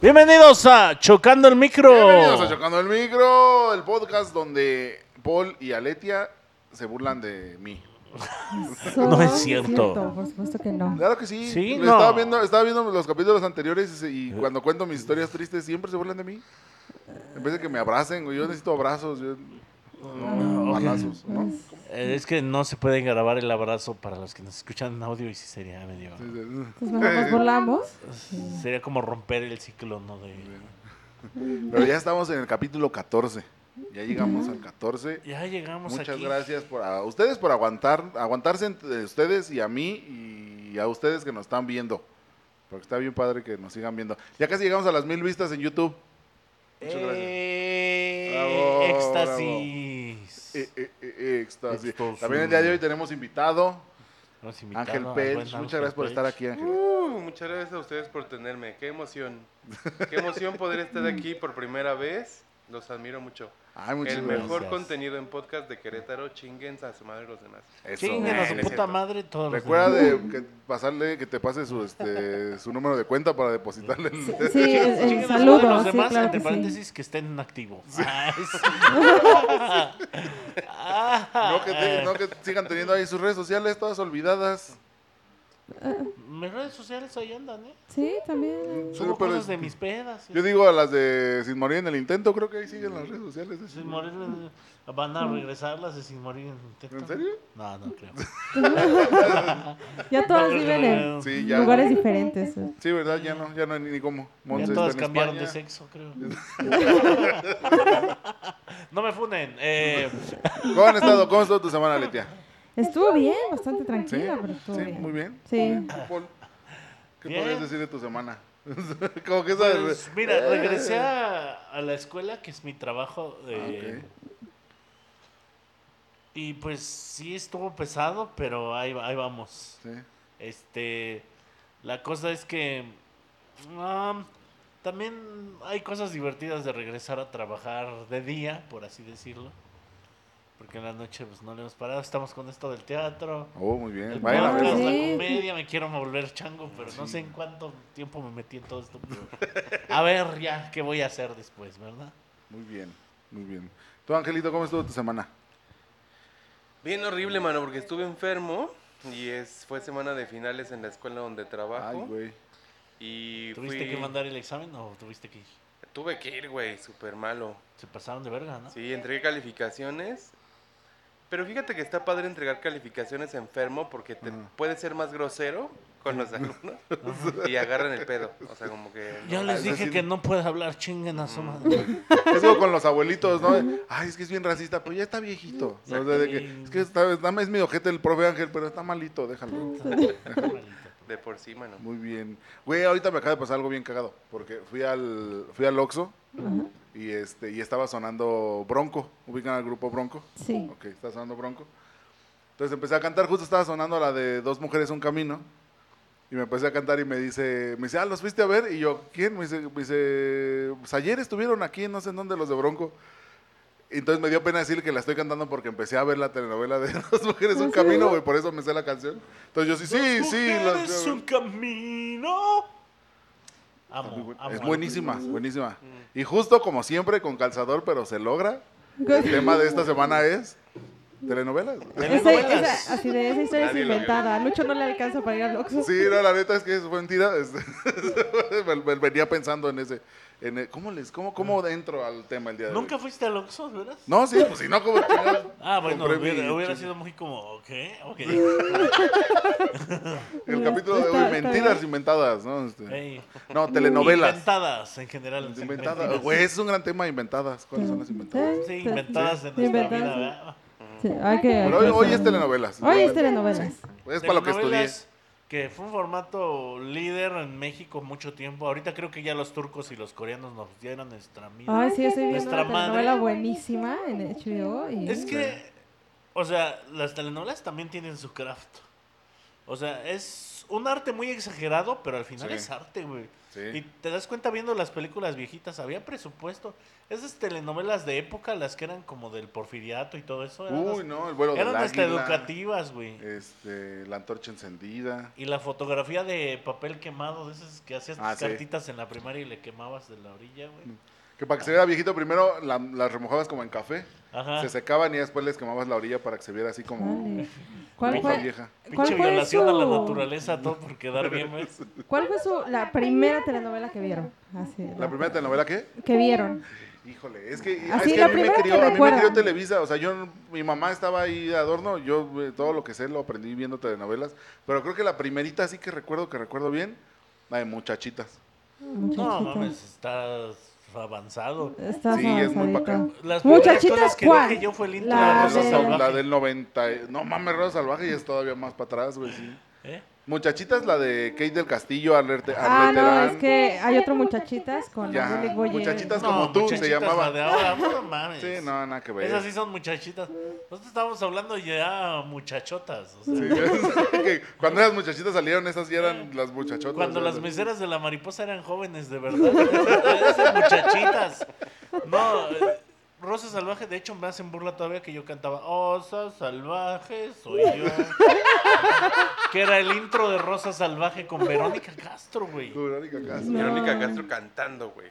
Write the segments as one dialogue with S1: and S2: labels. S1: Bienvenidos a Chocando el Micro.
S2: Bienvenidos a Chocando el Micro, el podcast donde Paul y Aletia se burlan de mí.
S1: No es cierto.
S3: Por supuesto que no.
S2: Claro que sí.
S1: Sí,
S2: Lo
S1: no.
S2: estaba, viendo, estaba viendo los capítulos anteriores y y cuando cuento mis historias tristes siempre se burlan de mí. En vez de que me abracen, güey, yo necesito abrazos. Yo... No, balazos, ¿no?
S1: Eh, Es que no se puede grabar el abrazo para los que nos escuchan en audio y sí sería medio.
S3: Entonces mejor nos burlamos.
S1: Sería como romper el ciclo, ¿no? De,
S2: Pero ya estamos en el capítulo 14. Ya llegamos al 14.
S1: ya llegamos
S2: Muchas
S1: aquí.
S2: gracias por a ustedes por aguantar, aguantarse entre ustedes y a mí y a ustedes que nos están viendo. Porque está bien padre que nos sigan viendo. Ya casi llegamos a las mil vistas en YouTube. Muchas gracias.
S1: Eh,
S2: Bravo,
S1: éxtasis.
S2: Eh, eh, eh, éxtasis.
S1: Éxtasis.
S2: También el día de hoy tenemos invitado,
S1: Hemos invitado
S2: Eh, Ángel
S1: al
S2: Pech.
S1: buen
S2: Muchas
S1: Ángel
S2: gracias por
S1: Pech.
S2: estar aquí, Ángel.
S4: Uh, muchas gracias a ustedes por tenerme. Qué emoción. Qué emoción poder estar aquí por primera vez. Los admiro mucho.
S2: Ay, muchas
S4: El
S2: gracias.
S4: mejor
S1: gracias.
S4: contenido en podcast de Querétaro. Chinguen a su madre los demás.
S2: Eso. Eh,
S1: Chinguen a
S4: Nah,
S1: su
S4: no es
S1: puta
S4: cierto.
S1: madre todos los
S2: Recuerda
S1: demás.
S2: de que pasarle que te pase su este su número de cuenta para depositarle el-
S3: Sí, el,
S1: Chinguen eh, a
S3: el
S1: su madre
S3: saludo.
S1: los
S3: Sí,
S1: demás,
S3: claro
S1: entre
S3: que sí.
S1: paréntesis, que estén en activo. Ah, es- Ah,
S2: no, que te- no que sigan teniendo ahí sus redes sociales todas olvidadas.
S1: Ah. Mis redes sociales ahí andan, ¿eh?
S3: Sí, también.
S2: Sí,
S1: Subo
S2: pero
S1: cosas
S2: es-
S1: de mis pedas.
S2: Yo digo a las de Sin Morir en el Intento, creo que ahí siguen las redes sociales. ¿eh?
S1: Sin morir, eh, van a regresarlas de sin morir en intento.
S2: ¿En serio?
S1: No, no creo.
S3: Ya todas viven en
S2: Sí, ya.
S3: lugares diferentes. eh.
S2: Sí, ¿verdad? Ya no, ya no hay ni cómo.
S1: Ya
S2: Monse
S1: todas
S2: está en
S1: cambiaron de
S2: España.
S1: sexo, creo. no me funen. Eh,
S2: ¿Cómo han estado? ¿Cómo estuvo tu semana, Letia?
S3: Estuvo bien, bastante
S2: Sí,
S3: tranquila, pero estuvo
S2: sí,
S3: bien.
S2: muy bien.
S3: Sí.
S2: muy bien. Paul, ¿Qué
S1: Bien.
S2: podrías decir de tu semana? Como que esa... Ah,
S1: pues, mira,
S2: eh.
S1: regresé a, a la escuela, que es mi trabajo. eh, Y pues sí estuvo pesado, pero ahí, va- ahí vamos.
S2: Sí.
S1: Este, la cosa es que ah, también hay cosas divertidas de regresar a trabajar de día, por así decirlo. Porque en la noche pues, no le hemos parado. Estamos con esto del teatro.
S2: Oh, muy bien.
S1: El
S2: Vayan a
S1: podcast,
S2: verlo.
S3: Sí.
S1: la comedia, me quiero volver chango, pero no sé en cuánto tiempo me metí en todo esto. pero- a ver ya, ¿qué voy a hacer después, verdad?
S2: Muy bien, muy bien. Tú, Angelito, ¿cómo estuvo tu semana?
S4: Bien horrible, mano, porque estuve enfermo. Y es, fue semana de finales en la escuela donde
S2: Ay,
S4: trabajo.
S2: güey.
S4: y
S1: ¿Tuviste
S4: fui-
S1: que mandar el examen o tuviste que ir?
S4: Tuve que ir, güey. Súper malo.
S1: Se pasaron de verga, ¿no?
S4: Sí, entregué calificaciones. Pero fíjate que está padre entregar calificaciones enfermo porque te puede ser más grosero con los alumnos y agarran el pedo. O sea, como que.
S1: Yo
S4: no, Mm.
S1: les
S2: eso
S1: dije
S2: sí.
S1: que no puedes hablar chinguen a su madre.
S2: Es como con los abuelitos, ¿no? Ay, es que es bien racista, pero ya está viejito. O sea, de que- es que está, está- es mi ojete el profe Ángel, pero está malito, déjalo.
S4: De por sí, mano.
S2: Muy bien. Güey, ahorita me acaba de pasar algo bien cagado, porque fui al, fui al Oxxo y, este, y estaba sonando Bronco. ¿Ubican al grupo Bronco?
S3: Sí.
S2: Ok, está sonando Bronco. Entonces empecé a cantar, justo estaba sonando la de Dos Mujeres, Un Camino. Y me empecé a cantar y me dice, me dice, ah, ¿los fuiste a ver? Y yo, ¿quién? Me dice, me dice, pues ayer estuvieron aquí, no sé en dónde, los de Bronco. Y entonces me dio pena decir que la estoy cantando porque empecé a ver la telenovela de Dos Mujeres, Un Camino, güey, por eso me sé la canción. Entonces yo, sí, sí, sí. las-
S1: Mujeres, un camino. Amo, amo.
S2: es buenísima, buenísima.
S1: Mm.
S2: Y justo como siempre, con calzador, pero se logra. El
S3: Esa-
S2: tema de esta semana es telenovelas.
S1: Telenovelas.
S3: esa- así de esa historia es
S4: Nadie la vio.
S3: inventada. Lucho no le alcanza para ir al Oxxo.
S2: Sí, no, la neta es que eso fue mentira. este, me- me- Venía pensando en ese. en el- ¿cómo, les, cómo, ¿Cómo entro al tema el día de hoy?
S1: ¿Nunca fuiste al Oxxo, verdad?
S2: No, sí, pues si no, como chingados,
S1: Ah, bueno,
S2: compré mi
S1: hubiera, hubiera
S2: chin-
S1: sido muy como, ok, ok.
S2: El capítulo de hoy,
S3: Está- está
S2: mentiras
S3: bien.
S2: inventadas, ¿no? Este,
S1: Ey.
S2: no, telenovelas.
S1: Inventadas en general.
S2: Inventadas. Güey, ese es un gran tema, inventadas. ¿Cuáles son las inventadas?
S1: Sí, inventadas en nuestra
S3: Inventadas.
S1: vida, ¿verdad?
S3: Sí, hay que-
S2: Pero hoy, hoy es telenovelas.
S3: Hoy es
S2: realmente.
S3: telenovelas.
S2: Es para lo que estudié.
S1: Telenovelas, que fue un formato líder en México mucho tiempo. Ahorita creo que ya los turcos y los coreanos nos dieron nuestra mira.
S3: Ay, sí, yo estoy viendo
S1: Nuestra
S3: una telenovela
S1: madre.
S3: buenísima en HBO. Y...
S1: Es que, o sea, las telenovelas también tienen su craft. O sea, es un arte muy exagerado, pero al final
S2: Sí.
S1: es arte, güey. Y
S2: Sí.
S1: te das cuenta viendo las películas viejitas, había presupuesto. Esas telenovelas de época, las que eran como del porfiriato y todo eso, eran,
S2: Uy,
S1: hasta-
S2: no, el vuelo del
S1: eran hasta
S2: águila,
S1: educativas, güey.
S2: Este, la antorcha encendida.
S1: Y la fotografía de papel quemado, de esas que hacías tus
S2: Ah, sí. Mm.
S1: cartitas en la primaria y le quemabas de la orilla, güey.
S2: Que para que se viera viejito primero la- las remojabas como en café.
S1: Ajá.
S2: Se secaban y después les quemabas la orilla para que se viera así como
S3: Vale. ¿Cuál
S2: hoja
S3: fue,
S2: vieja.
S3: ¿Cuál
S1: Pinche
S3: fue
S1: violación a la
S3: su-
S1: naturaleza, todo por quedar bien, güey.
S3: cuál fue su, la primera telenovela que vieron? Así,
S2: ¿La primera telenovela qué?
S3: que vieron.
S2: Híjole, es que,
S3: Así,
S2: es que
S3: Ah, la
S2: a, mí me
S3: primera que
S2: crió, a mí me
S3: recuerda.
S2: crió Televisa. O sea, yo, no- mi mamá estaba ahí de adorno. Yo eh, todo lo que sé lo aprendí viendo telenovelas. Pero creo que la primerita sí que recuerdo, que recuerdo bien, la de Muchachitas.
S1: No,
S3: Muchachita.
S1: mames, estás avanzado.
S3: Estás
S2: Sí, es muy
S3: avanzadito.
S2: bacán.
S1: Las
S3: Muchachitas,
S1: primeras cosas que
S3: ¿cuál?
S1: dije yo fue el intro
S3: La
S1: de
S2: La,
S1: Rosa
S3: de-
S1: Salvaje.
S2: la del 90. y- No mames, Rosa Salvaje y es todavía más para atrás, güey. sí.
S1: ¿Eh?
S2: Muchachitas, la de Kate del Castillo, Arlerte,
S3: Ah, no,
S2: Arleterán.
S3: es que hay otro muchachitas con
S2: Ya,
S3: Angelique Boyer.
S2: Muchachitas
S1: No,
S2: como tú, se
S1: muchachitas,
S2: llamaba.
S1: la de ahora, no mames.
S2: Sí, no, nada que ver.
S1: Esas sí son muchachitas. Nosotros estábamos hablando ya muchachotas. o sea,
S2: Sí, es que cuando eras muchachitas salieron esas y eran las muchachotas.
S1: Cuando
S2: ¿sabes?
S1: las meseras de la mariposa eran jóvenes, de verdad. Esas muchachitas. No, eh, Rosa Salvaje, de hecho, me hacen burla todavía que yo cantaba Osa Salvaje, soy yo. que era el intro de Rosa Salvaje con Verónica Castro, güey.
S2: Verónica Castro.
S3: No.
S4: Verónica Castro cantando, güey.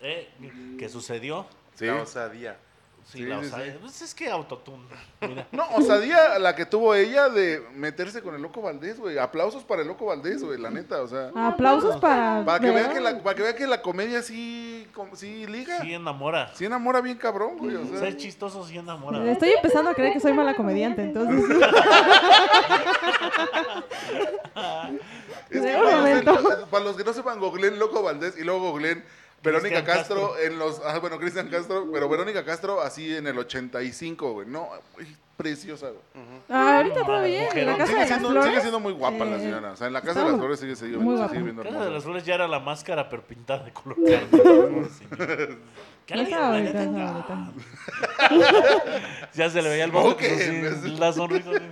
S1: Eh, ¿Qué sucedió?
S2: Sí.
S4: La osadía.
S1: Sí,
S2: Sí,
S1: la
S2: sí,
S1: osadía.
S2: sí.
S1: Pues es que autotune. Mira.
S2: No, osadía la que tuvo ella de meterse con el loco Valdés, güey. Aplausos para el loco Valdés, güey, la neta, o sea.
S3: Aplausos para.
S2: Para que vea
S3: Verón.
S2: que la, para que vea que la comedia sí, com- sí liga.
S1: Sí, enamora.
S2: Sí enamora bien cabrón, güey, o sea.
S1: Ser chistoso sí enamora.
S3: Estoy empezando a creer que soy mala comediante, entonces.
S2: Es
S3: De
S2: que
S3: un
S2: para, los-
S3: momento.
S2: para los que no sepan, googleen Loco Valdés y luego googleen Verónica
S1: Cristian
S2: Castro,
S1: Castro.
S2: en los... Ah, bueno, Cristian Castro, pero Verónica Castro así en el 85, güey. No, güey, preciosa, güey.
S3: Ah, ahorita todo bien. En la
S1: Mujerón.
S3: casa
S2: Sigue
S3: de las
S2: siendo, sigue
S3: flores.
S2: siendo muy guapa la
S3: eh,
S2: señora. O sea, en la Casa
S3: está
S2: de las
S3: muy-
S2: Flores sigue, sigue,
S3: muy
S2: se
S3: guapa.
S2: sigue viendo
S1: Casa de las
S2: hermosa.
S1: Flores ya era la máscara, pero pintada de color carne. ¿Qué
S3: No
S1: alguien,
S3: estaba
S1: la
S3: bonita,
S1: neta,
S3: no
S1: no.
S3: estaba bonita.
S1: Ya se le veía el
S2: Smoking,
S1: botox así,
S2: es-
S1: la sonrisa. así.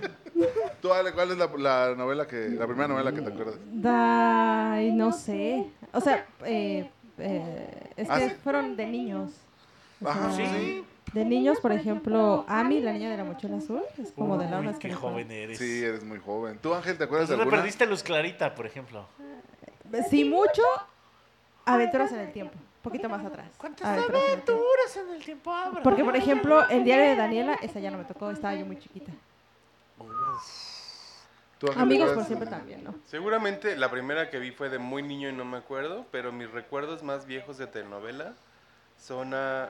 S2: ¿Tú, Ale, cuál es la, la novela que, la primera novela que te acuerdas?
S3: Ay, no sé. O sea, eh, eh, es
S2: Ah,
S3: que
S2: sí.
S3: fueron de niños. O
S2: Ajá,
S3: sea,
S2: Ah, sí.
S3: De niños, por ejemplo, Ami, la niña de la mochila azul, es como de Laura
S1: Uy, qué
S3: Escribá.
S1: joven eres.
S2: Sí, eres muy joven. ¿Tú, Ángel, te acuerdas de
S1: Entonces le
S2: alguna?
S1: perdiste luz clarita, por ejemplo.
S3: Si mucho, aventuras en el tiempo. Un poquito más atrás.
S1: ¿Cuántas
S3: Aventuras en el tiempo.
S1: aventuras en el tiempo habrá?
S3: Porque, por ejemplo, el diario de Daniela, esa ya no me tocó, estaba yo muy chiquita.
S2: ¿Tú, Ángel, te
S3: Amigos por
S2: acuerdas?
S3: siempre también, ¿no?
S4: Seguramente la primera que vi fue de muy niño y no me acuerdo, pero mis recuerdos más viejos de telenovela son a-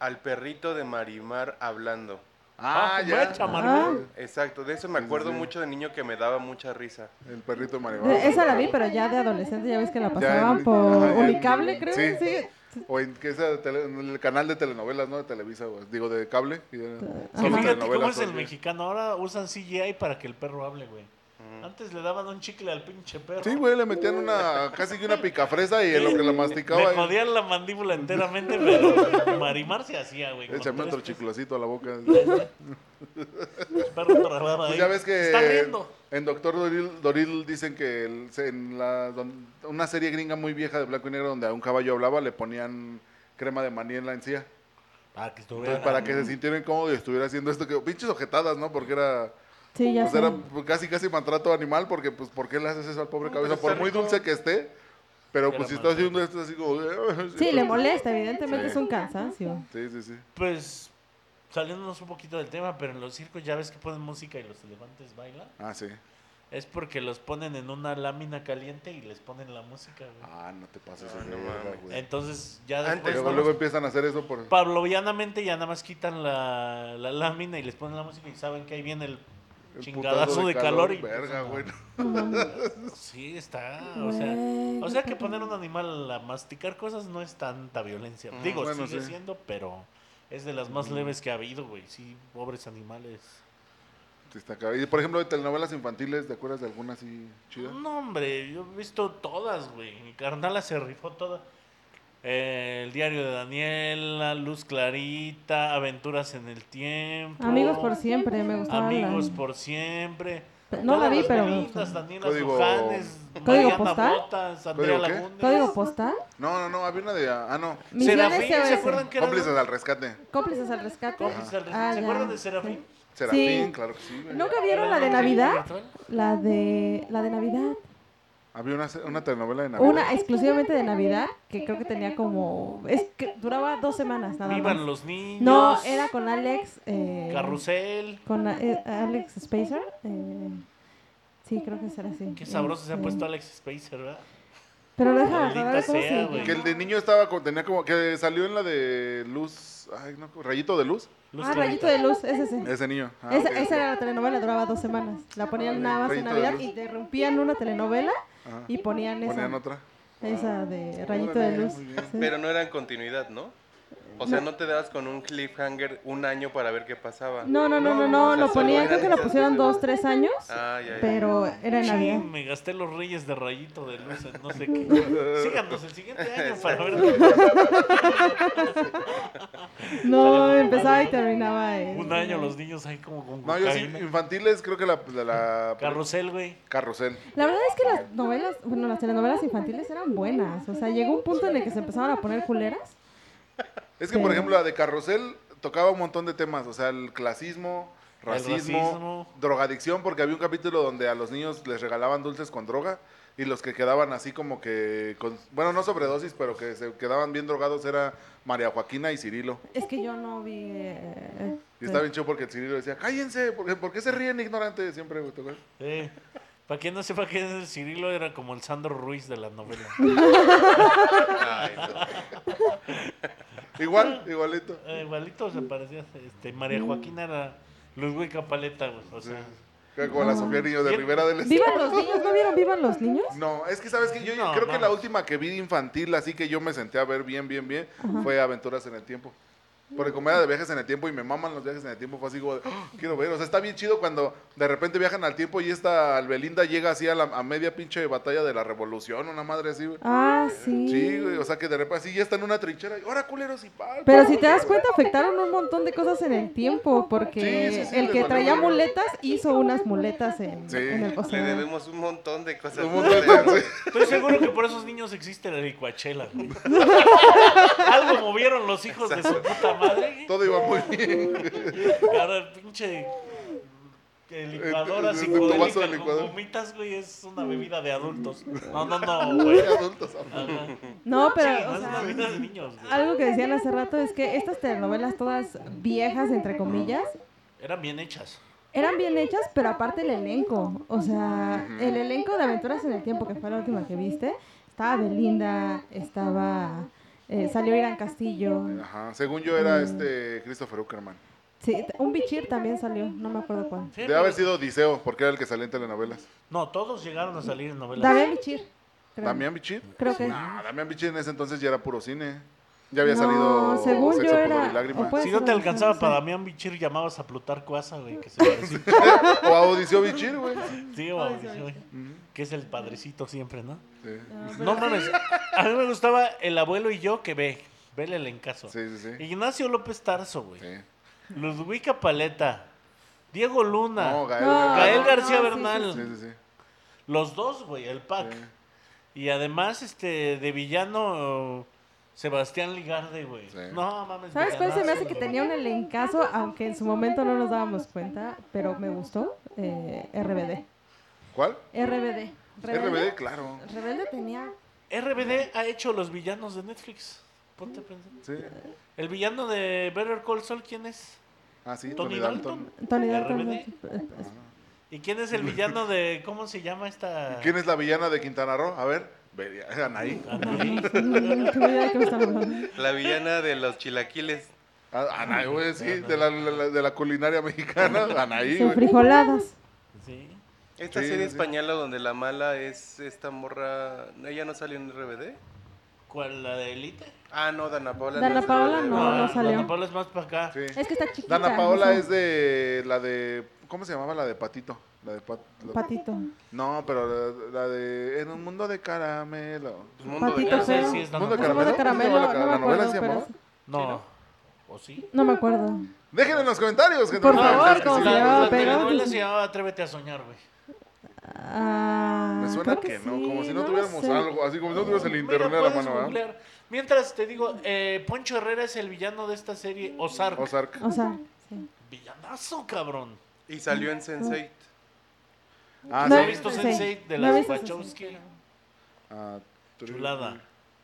S4: al perrito de Marimar hablando.
S2: Ah, ya.
S1: Mancha, Margot.
S4: Exacto, de eso me
S2: Sí, sí,
S4: acuerdo
S2: sí.
S4: mucho de niño que me daba mucha risa.
S2: El perrito
S3: Ah,
S2: Maribel.
S3: esa la vi, pero ya de adolescente, ya ves que la pasaban
S2: en-
S3: por
S2: ajá, ya en-
S3: Unicable, creo.
S2: sí.
S3: Sí.
S2: O en, que esa tele- en el canal de telenovelas, ¿no? De Televisa, güey. digo, de cable. y era-
S1: Que
S2: solo
S1: fíjate cómo
S2: telenovelas,
S1: es el
S2: oye.
S1: mexicano. Ahora usan CGI para que el perro hable, güey.
S4: Ujú.
S1: Antes le daban un chicle al pinche perro.
S2: Sí, güey, le metían una, casi que una picafresa y en lo que la masticaba.
S1: Me jodían la mandíbula enteramente, pero Marimar se hacía, güey. con
S2: Échame
S1: tres
S2: otro
S1: pesos.
S2: chiclocito a la boca.
S1: El perro trababa
S2: Pues
S1: ahí.
S2: ya ves
S1: Está
S2: que
S1: riendo.
S2: en Doctor Doril, Doril dicen que el- se- en la, don- una serie gringa muy vieja de blanco y negro donde a un caballo hablaba le ponían crema de maní en la encía.
S1: Ah, que estuviera.
S2: Entonces, Pues para que se sintieran cómodos y estuviera haciendo esto, que pinches ojetadas, ¿no? Porque era,
S3: Sí, ya
S2: pues
S3: sé.
S2: era pues, casi casi maltrato animal, porque pues ¿por qué le haces eso al pobre
S4: pero
S2: cabeza?
S4: está
S2: Por muy
S4: rico.
S2: dulce que esté, pero
S1: pues Era
S2: pues si está
S1: maltrato.
S2: haciendo esto así como...
S3: Sí, le molesta, evidentemente
S2: Sí.
S3: es un cansancio.
S2: Sí, sí, sí.
S1: Pues saliéndonos un poquito del tema, pero en los circos ya ves que ponen música y los elefantes bailan.
S2: Ah, sí.
S1: Es porque los ponen en una lámina caliente y les ponen la música, güey.
S2: Ah, no te pases
S4: Ah,
S2: de
S4: no
S2: verga,
S4: mames.
S2: güey.
S1: Entonces ya
S4: Antes,
S1: después...
S2: Luego,
S4: estamos-
S2: luego empiezan a hacer eso por...
S1: Pavlovianamente ya nada más quitan la, la lámina y les ponen la música y saben que ahí viene el,
S2: el
S1: chingadazo
S2: putazo
S1: de, calor. y
S2: Verga,
S1: pues,
S2: güey.
S1: Sí, está. O sea, o sea que poner un animal a masticar cosas no es tanta violencia.
S4: Mm,
S1: Digo,
S2: bueno,
S1: sigue
S2: sí.
S1: siendo, pero es de las más leves que ha habido, güey. Sí, pobres animales.
S2: Sí, está cabrón. Y por ejemplo, de telenovelas infantiles, ¿te acuerdas de alguna así chida?
S1: No, hombre, yo he visto todas, güey. Mi carnala se rifó toda. Eh, el diario de Daniela, Luz Clarita, Aventuras en el Tiempo.
S3: Amigos por siempre, me gustaba. la-
S1: Amigos por siempre.
S3: No la
S1: Todas
S3: vi,
S1: las
S3: pero me
S1: lindas,
S3: gustaba.
S1: Daniela
S2: Código-
S1: Sujanes,
S3: ¿Código
S1: Mariana
S3: postal?
S1: Botas, Andrea
S2: ¿Código qué?
S1: Lagunde.
S3: ¿Código postal?
S2: No, no, no, había una de. Ah, no.
S3: Misiones
S1: Serafín, ¿se
S3: SOS.
S1: acuerdan que era?
S2: Cómplices al rescate.
S3: Cómplices al rescate.
S1: Cómplices al rescate.
S3: Ah,
S1: ¿Se
S3: ya.
S1: acuerdan de Serafín?
S2: Serafín,
S3: Sí.
S2: claro que sí. güey.
S3: ¿Nunca vieron la de Navidad? La de la de Navidad.
S2: Había una, una telenovela de Navidad.
S3: Una exclusivamente de Navidad que creo que tenía como es que duraba dos semanas nada
S1: Vivan
S3: más.
S1: los niños.
S3: No, era con Alex. eh,
S1: Carrusel.
S3: Con eh, Alex Spacer. eh, sí, creo que será así.
S1: Qué sabroso se ha
S3: Este,
S1: puesto Alex Spacer, ¿verdad?
S3: Pero deja,
S1: Maldita
S3: a ver cómo
S1: sea,
S3: se
S1: güey.
S2: Que el de niño estaba con, tenía como. Que salió en la de luz. Ay, no, rayito de luz.
S1: Luz
S3: Ah,
S1: Clarita.
S3: Rayito de Luz, ese sí.
S2: Ese niño. Ah,
S3: Esa,
S2: ok.
S3: esa era la telenovela, duraba dos semanas. La ponían
S2: Órale,
S3: nada más en
S2: Rayito de
S3: Navidad,
S2: Luz.
S3: interrumpían una telenovela
S2: Ajá.
S3: y ponían esa.
S2: Ponían otra.
S3: Esa de rayito
S2: Órale,
S3: de luz.
S2: muy bien.
S3: Sí.
S4: Pero no era en continuidad, ¿no? O sea, no te dabas con un cliffhanger un año para ver qué pasaba.
S3: No, no, no, no, no,
S4: o sea,
S3: lo
S4: solo
S3: ponían,
S4: era
S3: creo que lo
S4: esas
S3: pusieron
S4: veces.
S3: dos, tres años,
S4: Ah, ya, ya.
S3: pero era en
S1: Sí,
S3: Navidad.
S1: me gasté los reyes de rayito de luz en no sé qué. Síganos el siguiente año para ver.
S3: No,
S1: Salió
S3: empezaba y
S1: mamado.
S3: terminaba. eh.
S1: Un año los niños ahí como con
S2: No, yo sí.
S1: cocaína.
S2: Infantiles, creo que la. de la
S1: Carrusel, güey.
S2: Carrusel.
S3: La verdad es que las novelas, bueno, las telenovelas infantiles eran buenas, o sea, llegó un punto en el que se empezaron a poner culeras.
S2: Es que, por
S3: Pero-
S2: ejemplo, la de Carrusel tocaba un montón de temas, o sea, el clasismo, racismo,
S1: racismo.
S2: drogadicción, porque había un capítulo donde a los niños les regalaban dulces con droga y los que quedaban así como que, con- bueno, no sobredosis, pero que se quedaban bien drogados era María Joaquina y Cirilo.
S3: Es que yo no vi... eh,
S2: Y estaba bien chido porque el Cirilo decía, cállense, ¿por qué, por qué se ríen ignorantes? Siempre, güey, ¿te acuerdas?
S1: Eh, para quien no sepa quién es el Cirilo, era como el Sandro Ruiz de la novela.
S4: Ay, no.
S2: Igual, igualito.
S1: Eh, igualito se parecía. Este, María Joaquina era Ludwig Paleta, güey. O sea,
S2: Era Como la Sofía Niño de
S1: Bien.
S2: Rivera del Este.
S3: ¿Vivan los niños? ¿No vieron Vivan los niños?
S2: No, es que sabes que yo
S1: No,
S2: creo que la
S1: mames.
S2: última que vi de infantil, así que yo me senté a ver bien, bien, bien, fue Aventuras en el Tiempo. Porque como era de viajes en el tiempo y me maman los viajes en el tiempo, fue así como, de, "Ah, quiero ver. O sea, está bien chido cuando de repente viajan al tiempo y esta Albelinda llega así a, la, a media pinche batalla de la revolución, una madre así, güey.
S3: Ah, sí.
S2: Sí, güey, o sea que de repente así ya está en una trinchera y ahora culeros y pal.
S3: Pero
S2: pal,
S3: si te das
S2: culeros".
S3: cuenta, afectaron un montón de cosas en el tiempo, porque
S2: Sí, sí, sí,
S3: el
S2: les
S3: que
S2: valió
S3: traía
S2: verga.
S3: muletas hizo unas muletas en,
S2: Sí,
S3: en el o
S4: Le
S3: sea,
S4: debemos un montón de cosas.
S2: Un montón de- sí.
S1: estoy seguro que por esos niños existe la licuachela, güey. Algo movieron los hijos de su puta madre.
S2: Todo iba muy bien.
S1: Cara, pinche eh, licuadora
S2: En- en- en tu
S1: psicodélica
S2: vaso de
S1: con
S2: licuador.
S1: gomitas, güey, es una bebida de adultos. No, no, no, güey.
S2: Adultos,
S1: Ajá.
S3: No, pero
S1: Sí, no
S3: o
S1: es
S3: sea,
S1: una bebida de niños, güey.
S3: algo que decían hace rato es que estas telenovelas todas viejas, entre comillas,
S1: Eran bien hechas.
S3: eran bien hechas, pero aparte el elenco, o sea, el elenco de Aventuras en el Tiempo, que fue la última que viste, estaba Belinda, estaba... eh, salió Irán Castillo.
S2: Ajá, según yo era este Christopher Uckerman.
S3: Sí, un bichir también salió, no me acuerdo cuál.
S1: Sí,
S2: Debe
S1: no,
S2: haber sido Odiseo, porque era el que salía en telenovelas.
S1: No, todos llegaron a salir en novelas.
S3: Damián Bichir. creo.
S2: ¿Damián Ah, Bichir?
S3: Creo que-
S2: No, Damián Bichir en ese entonces ya era puro cine. Ya había
S3: No,
S2: salido
S3: según
S2: Sexo,
S3: yo
S2: Pudor
S3: era-
S2: y Lágrima.
S3: o puede-
S1: Si no te alcanzaba
S3: Sí.
S1: para Damián Bichir, llamabas a Plutarco Asa, güey, que se parecía.
S2: O a Odiseo Bichir, güey.
S1: Sí, o- güey, que es el padrecito siempre, ¿no?
S2: Sí,
S1: No mames, a mí me gustaba El abuelo y yo que ve, vele el encaso.
S2: sí, sí. sí.
S1: Ignacio López Tarso, güey.
S2: Sí.
S1: Ludwika Paleta, Diego Luna,
S2: No, Gael.
S3: No.
S1: Gael
S2: Ah. Gael.
S1: García
S3: no, sí,
S1: Bernal,
S2: Sí, sí, sí.
S1: los dos, güey, el pack.
S2: Sí.
S1: Y además, este, de villano, Sebastián Ligarde, güey.
S2: Sí.
S1: No mames.
S3: ¿Sabes cuál se me hace
S1: villanazo,
S3: que
S1: güey.
S3: tenía un elencazo, aunque en su momento no nos dábamos cuenta, pero me gustó? Eh, RBD.
S2: ¿Cuál?
S3: RBD.
S2: RBD, claro.
S3: Rebelde tenía...
S1: RBD ha hecho los villanos de Netflix. Ponte a pensar.
S2: Sí.
S1: El villano de Better Call Saul, ¿quién es?
S2: Ah, sí,
S1: Tony
S2: Tony Dalton.
S3: Tony Dalton. eh,
S1: RBD. ¿Y quién es el villano de. ¿Cómo se llama esta.?
S2: ¿Quién es la villana de Quintana Roo? A ver, ve- Anaí.
S1: Anaí.
S3: Mm, qué idea de qué me están hablando.
S4: La villana de los chilaquiles.
S2: A- Ah, Anaí, güey, sí, de la, la- la- de la culinaria mexicana. Anaí,
S3: Sin
S2: güey.
S3: frijoladas.
S1: Sí.
S4: Esta
S2: Sí,
S4: serie
S2: sí.
S4: española donde la mala es esta morra. ¿Ella no salió en RBD?
S1: ¿Cuál? ¿La de Elite?
S4: Ah, no, Dana Paola.
S3: Dana
S4: es-
S3: Paola no.
S1: Ah,
S3: salió.
S1: Dana Paola es más para acá.
S2: Sí.
S3: Es que está chiquita.
S2: Dana Paola
S3: no sé.
S2: es de la de ¿cómo se llamaba la de Patito? La de Pat- la-
S3: Patito.
S2: No, pero la, la de En un mundo de caramelo.
S4: Pues, mundo de
S1: No
S3: Patito
S4: Dana.
S1: sé
S3: feo.
S1: si es Dana
S2: ¿Mundo de
S1: Paola.
S2: caramelo?
S3: de caramelo,
S2: ¿Cómo se llama
S3: no
S2: la
S3: me
S2: novela
S3: acuerdo,
S2: se
S3: pero
S2: llamaba?
S3: es-
S1: No. ¿O sí? Ah,
S3: No me acuerdo.
S2: Dejen en los comentarios, gente.
S3: Por
S2: porque
S3: favor,
S2: sabes que
S3: ¿cómo
S2: sí.
S3: se llamaba?
S1: la
S3: pero-
S1: telenovela se llamaba Atrévete a soñar, güey.
S3: Ah,
S2: Me suena
S3: creo
S2: que, no,
S3: sí,
S2: como si no,
S3: lo
S2: tuviéramos
S3: sé.
S2: algo, así como si no tuvieras el
S1: Mira,
S2: internet a la
S1: puedes
S2: mano, ¿verdad?
S1: googlear. Mientras te digo, eh, Poncho Herrera es el villano de esta serie, Ozark.
S2: Ozark.
S3: O sea, sí.
S1: Villanazo, cabrón.
S4: Y salió en Sense8.
S2: Ah,
S1: ¿No
S2: sí.
S1: he visto
S3: sí.
S1: Sensei de
S3: No
S1: las
S3: he visto
S1: Wachowski?
S2: Ah, tú-
S1: Chulada.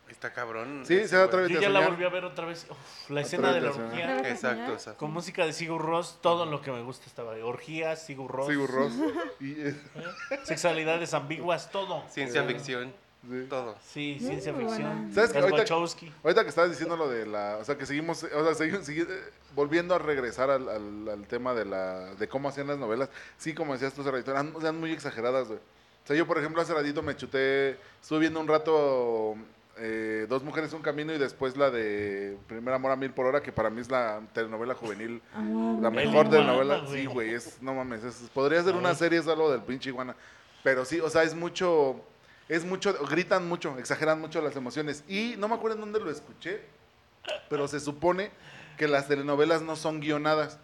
S4: Está cabrón.
S2: Sí,
S4: ese
S2: se da
S4: güey.
S2: otra vez.
S1: Yo
S2: a
S1: ya la
S2: soñar.
S1: volví a ver otra vez. Uf, la escena de la
S2: vez a soñar.
S1: orgía.
S4: Exacto, exacto.
S1: Con música de Sigur Ross, todo lo que me gusta estaba ahí. Orgías, Sigur Ross.
S2: Sigur Ross. Y, eh,
S1: Sexualidades ambiguas, todo.
S4: Ciencia ficción,
S2: sí.
S4: todo.
S1: Sí, ciencia
S3: muy
S1: ficción.
S3: buena.
S2: ¿Sabes qué?
S1: Las
S2: Ahorita-
S1: Wachowski.
S2: Ahorita que estabas diciendo lo de la. O sea, que seguimos. O sea, seguimos, sigui- eh, volviendo a regresar al, al- al tema de la de cómo hacían las novelas. Sí, como decías tú hace ratito, eran, eran muy exageradas, güey. O sea, yo, por ejemplo, hace ratito me chuté. Estuve viendo un rato. eh, Dos mujeres, un camino. Y después la de Primer amor a mil por hora. Que para mí es la telenovela juvenil.
S3: Ah, wow.
S2: La
S1: El
S2: mejor
S1: iguana,
S2: telenovela.
S1: güey.
S2: Sí, güey. Es, no mames. es- podría ser
S1: Ay.
S2: una serie solo del pinche iguana. Pero sí, o sea, es mucho. Es mucho. Gritan mucho, exageran mucho las emociones. Y no me acuerdo en dónde lo escuché. Pero se supone que las telenovelas no son guionadas.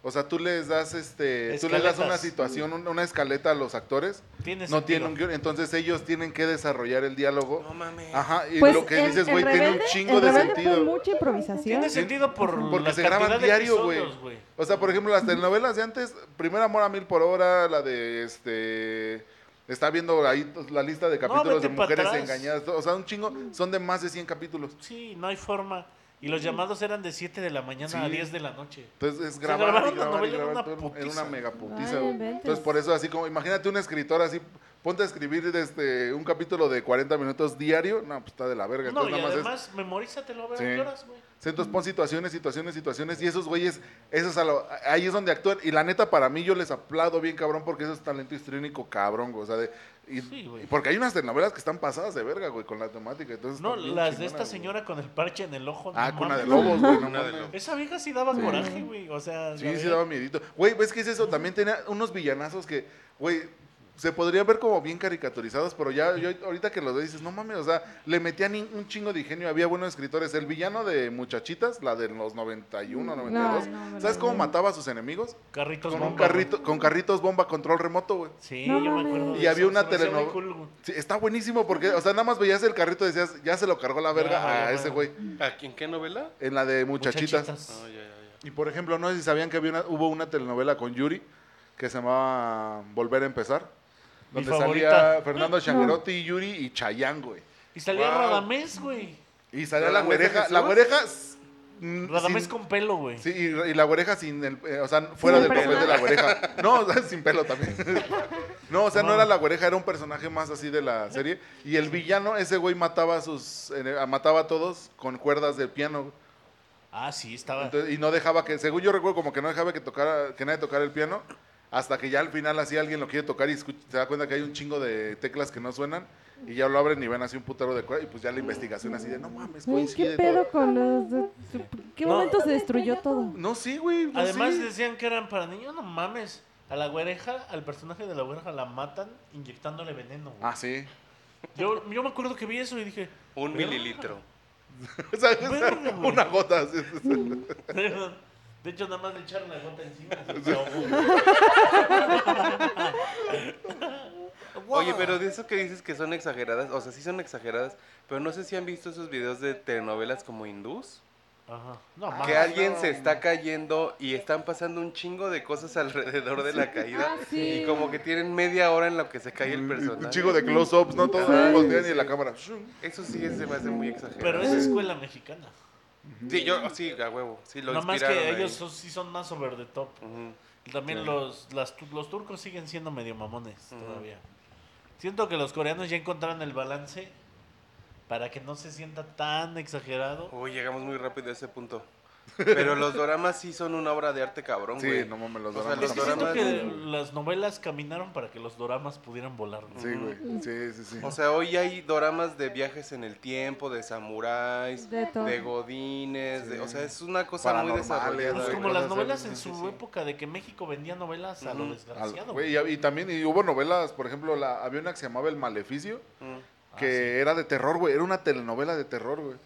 S2: O sea, tú les das este. Tú les das
S1: Escaletas.
S2: una situación, un- una escaleta a los actores.
S1: Tiene
S2: No
S1: sentido.
S2: tienen un guion. Entonces ellos tienen que desarrollar el diálogo.
S4: No mames.
S2: Ajá. Y
S3: Pues
S2: lo que
S3: en-
S2: dices,
S3: en
S2: güey, tiene un
S3: Rebelde-
S2: chingo
S3: en
S2: de
S3: Rebelde
S2: sentido.
S3: Fue mucha improvisación.
S1: Tiene sentido por
S2: Porque
S1: la
S2: se graban
S1: cantidad de
S2: diario, güey.
S1: episodios, güey.
S2: O sea, por ejemplo, las telenovelas de antes, Primer Amor a Mil por Hora, la de este. Está viendo ahí la lista de capítulos
S1: vete
S2: de
S1: pa'
S2: mujeres
S1: atrás.
S2: engañadas. O sea, un chingo, son de más de 100 capítulos.
S1: Sí, no hay forma. Y los llamados eran de 7 de la mañana a
S2: Sí.
S1: 10 de la noche.
S2: Entonces es
S1: Se
S2: grabar
S1: grabaron
S2: y
S1: la
S2: grabar y
S1: novela en
S2: grabar
S1: una
S2: todo en
S1: putiza.
S2: una mega putiza.
S3: Ay, no
S2: güey.
S3: inventes.
S2: Entonces por eso así como, imagínate un escritor así, ponte a escribir este, un capítulo de 40 minutos diario, no, pues está de la verga.
S1: No,
S2: Entonces
S1: y
S2: nada más es-
S1: además, memorízatelo a ver
S2: Sí. Pues
S1: qué horas, güey.
S2: Sí, Entonces pon situaciones, situaciones, situaciones. Y esos güeyes, eso es a lo- ahí es donde actúan. Y la neta, para mí, yo les aplaudo bien, cabrón, porque eso es talento histriónico, cabrón. güey, O sea, de, y-
S1: Sí, güey.
S2: y porque hay unas telenovelas que están pasadas de verga, güey, con la temática. Entonces
S1: No,
S2: están bien
S1: las de
S2: chingonas,
S1: esta
S2: güey.
S1: señora con el parche en el ojo.
S2: Ah,
S1: no
S2: Cuna de
S1: mames.
S2: Lobos, güey. No
S4: Cuna de
S2: mames.
S4: Lobos.
S1: Esa vieja sí daba coraje, güey. O sea, la
S2: Sí, sí
S1: verdad.
S2: daba miedito. Güey, ¿ves que es eso? También tenía unos villanazos que, güey, se podrían ver como bien caricaturizados, pero ya yo ahorita que los veo dices, no mames, o sea, le metían in- un chingo de ingenio, había buenos escritores. El villano de Muchachitas, la de los 91, 92,
S3: no, me la
S2: ¿sabes cómo
S3: olvidé.
S2: mataba a sus enemigos?
S1: Carritos
S2: Con un
S1: bomba, güey.
S2: carrito, con carritos bomba control remoto, güey.
S1: Sí,
S3: No
S1: yo me
S3: mames.
S1: acuerdo. de
S2: Y había
S1: eso,
S2: una
S1: se me hacía muy
S2: teleno-
S1: cool, güey.
S2: Sí, está buenísimo porque, o sea, nada más veías el carrito y decías, ya se lo cargó la verga
S1: Ya, ya,
S2: a ese
S1: ya.
S2: güey,
S4: ¿A quién qué novela?
S2: en la de Muchachitas.
S1: Muchachitas.
S4: No, ya, ya, ya.
S2: Y por ejemplo, no sé si sabían que había una- hubo una telenovela con Yuri que se llamaba Volver a empezar,
S1: Mi
S2: donde
S1: favorita.
S2: salía Fernando Changuerotti, Yuri y Chayán, güey.
S1: Y salía
S4: Wow.
S1: Radamés, güey.
S2: Y salía la
S4: ¿Radamés de
S2: güereja,
S4: Jesús?
S2: la güereja s- mm,
S1: Radamés
S2: sin-
S1: con pelo, güey.
S2: Sí, y, y la oreja sin el, eh, o sea, fuera
S3: el
S2: del papel de la
S3: personaje.
S2: oreja. No, o sea, sin pelo también. No, o sea, no
S1: No.
S2: era la oreja, era un personaje más así de la serie. Y el villano, ese güey mataba a sus, eh, mataba a todos con cuerdas del piano.
S1: Ah, sí, estaba.
S2: Entonces, y no dejaba que, según yo recuerdo, como que no dejaba que tocara, que nadie tocara el piano. Hasta que ya al final así alguien lo quiere tocar y escu- se da cuenta que hay un chingo de teclas que no suenan. Y ya lo abren y ven así un putero de cuerda. Y pues ya la investigación así de, no mames,
S3: Ay,
S2: güey. sí,
S3: ¿Qué
S2: de
S3: pedo
S2: todo".
S3: con los.? de- ¿Qué
S1: No.
S3: momento se destruyó todo?
S2: No, sí, güey. no,
S1: Además
S2: Pues sí.
S1: decían que eran para niños, no mames. A la güereja, al personaje de la güereja la matan inyectándole veneno. güey.
S2: Ah, sí.
S1: Yo, yo me acuerdo que vi eso y dije,
S4: Un
S1: Pero-
S4: mililitro.
S2: O sea, es
S1: Verga, güey.
S2: una gota. sí, sí, sí.
S1: de hecho nada más le echaron la gota encima. así, se ahogó.
S4: Oye, pero de eso que dices que son exageradas, o sea, sí son exageradas, pero no sé si han visto esos videos de telenovelas como hindús,
S1: Ajá. Ah, No
S4: que
S1: mames.
S4: alguien se está cayendo y están pasando un chingo de cosas alrededor de la caída
S3: Ah, sí.
S4: y como que tienen media hora en la que se cae el
S2: Un
S4: personaje.
S2: chico de close-ups, ¿no? Todo
S4: Ajá.
S2: voltean y la cámara.
S4: Eso sí es- se me hace muy exagerado.
S1: Pero es escuela mexicana.
S4: Sí, yo, sí, a huevo, sí, lo
S1: Nada más que
S4: inspiraron ahí.
S1: ellos son- sí son más over the top.
S4: Ujú.
S1: También
S2: Sí.
S1: los, las tu- los turcos siguen siendo medio mamones
S4: Ujú.
S1: todavía. Siento que los coreanos ya encontraron el balance para que no se sienta tan exagerado.
S4: Uy, llegamos muy rápido a ese punto. Pero los doramas sí son una obra de arte cabrón,
S2: Sí,
S4: güey.
S2: no mames, los
S4: O sea,
S1: Es
S2: doramas.
S4: los
S1: que
S2: son-
S1: siento
S4: doramas-
S1: que las novelas caminaron para que los doramas pudieran volar. ¿no?
S2: Sí, güey. Sí, sí, sí.
S4: O sea, hoy hay doramas de viajes en el tiempo, de samuráis,
S3: De
S4: de,
S3: todo.
S4: godines, de-
S2: Sí.
S4: o sea, es una cosa muy
S2: Paranormales,
S4: desarrollada.
S1: Pues
S2: güey.
S1: como
S4: güey.
S2: cosas
S1: las novelas
S2: así,
S1: en
S4: sí,
S1: su
S4: sí.
S1: época de que México vendía novelas a lo
S4: Ujú.
S2: Al-
S1: desgraciado.
S2: güey, y, y también y hubo novelas, por ejemplo, la, había una que se llamaba El Maleficio,
S4: Mm.
S2: que
S1: Ah,
S2: era de terror, güey. Era una telenovela de terror, güey.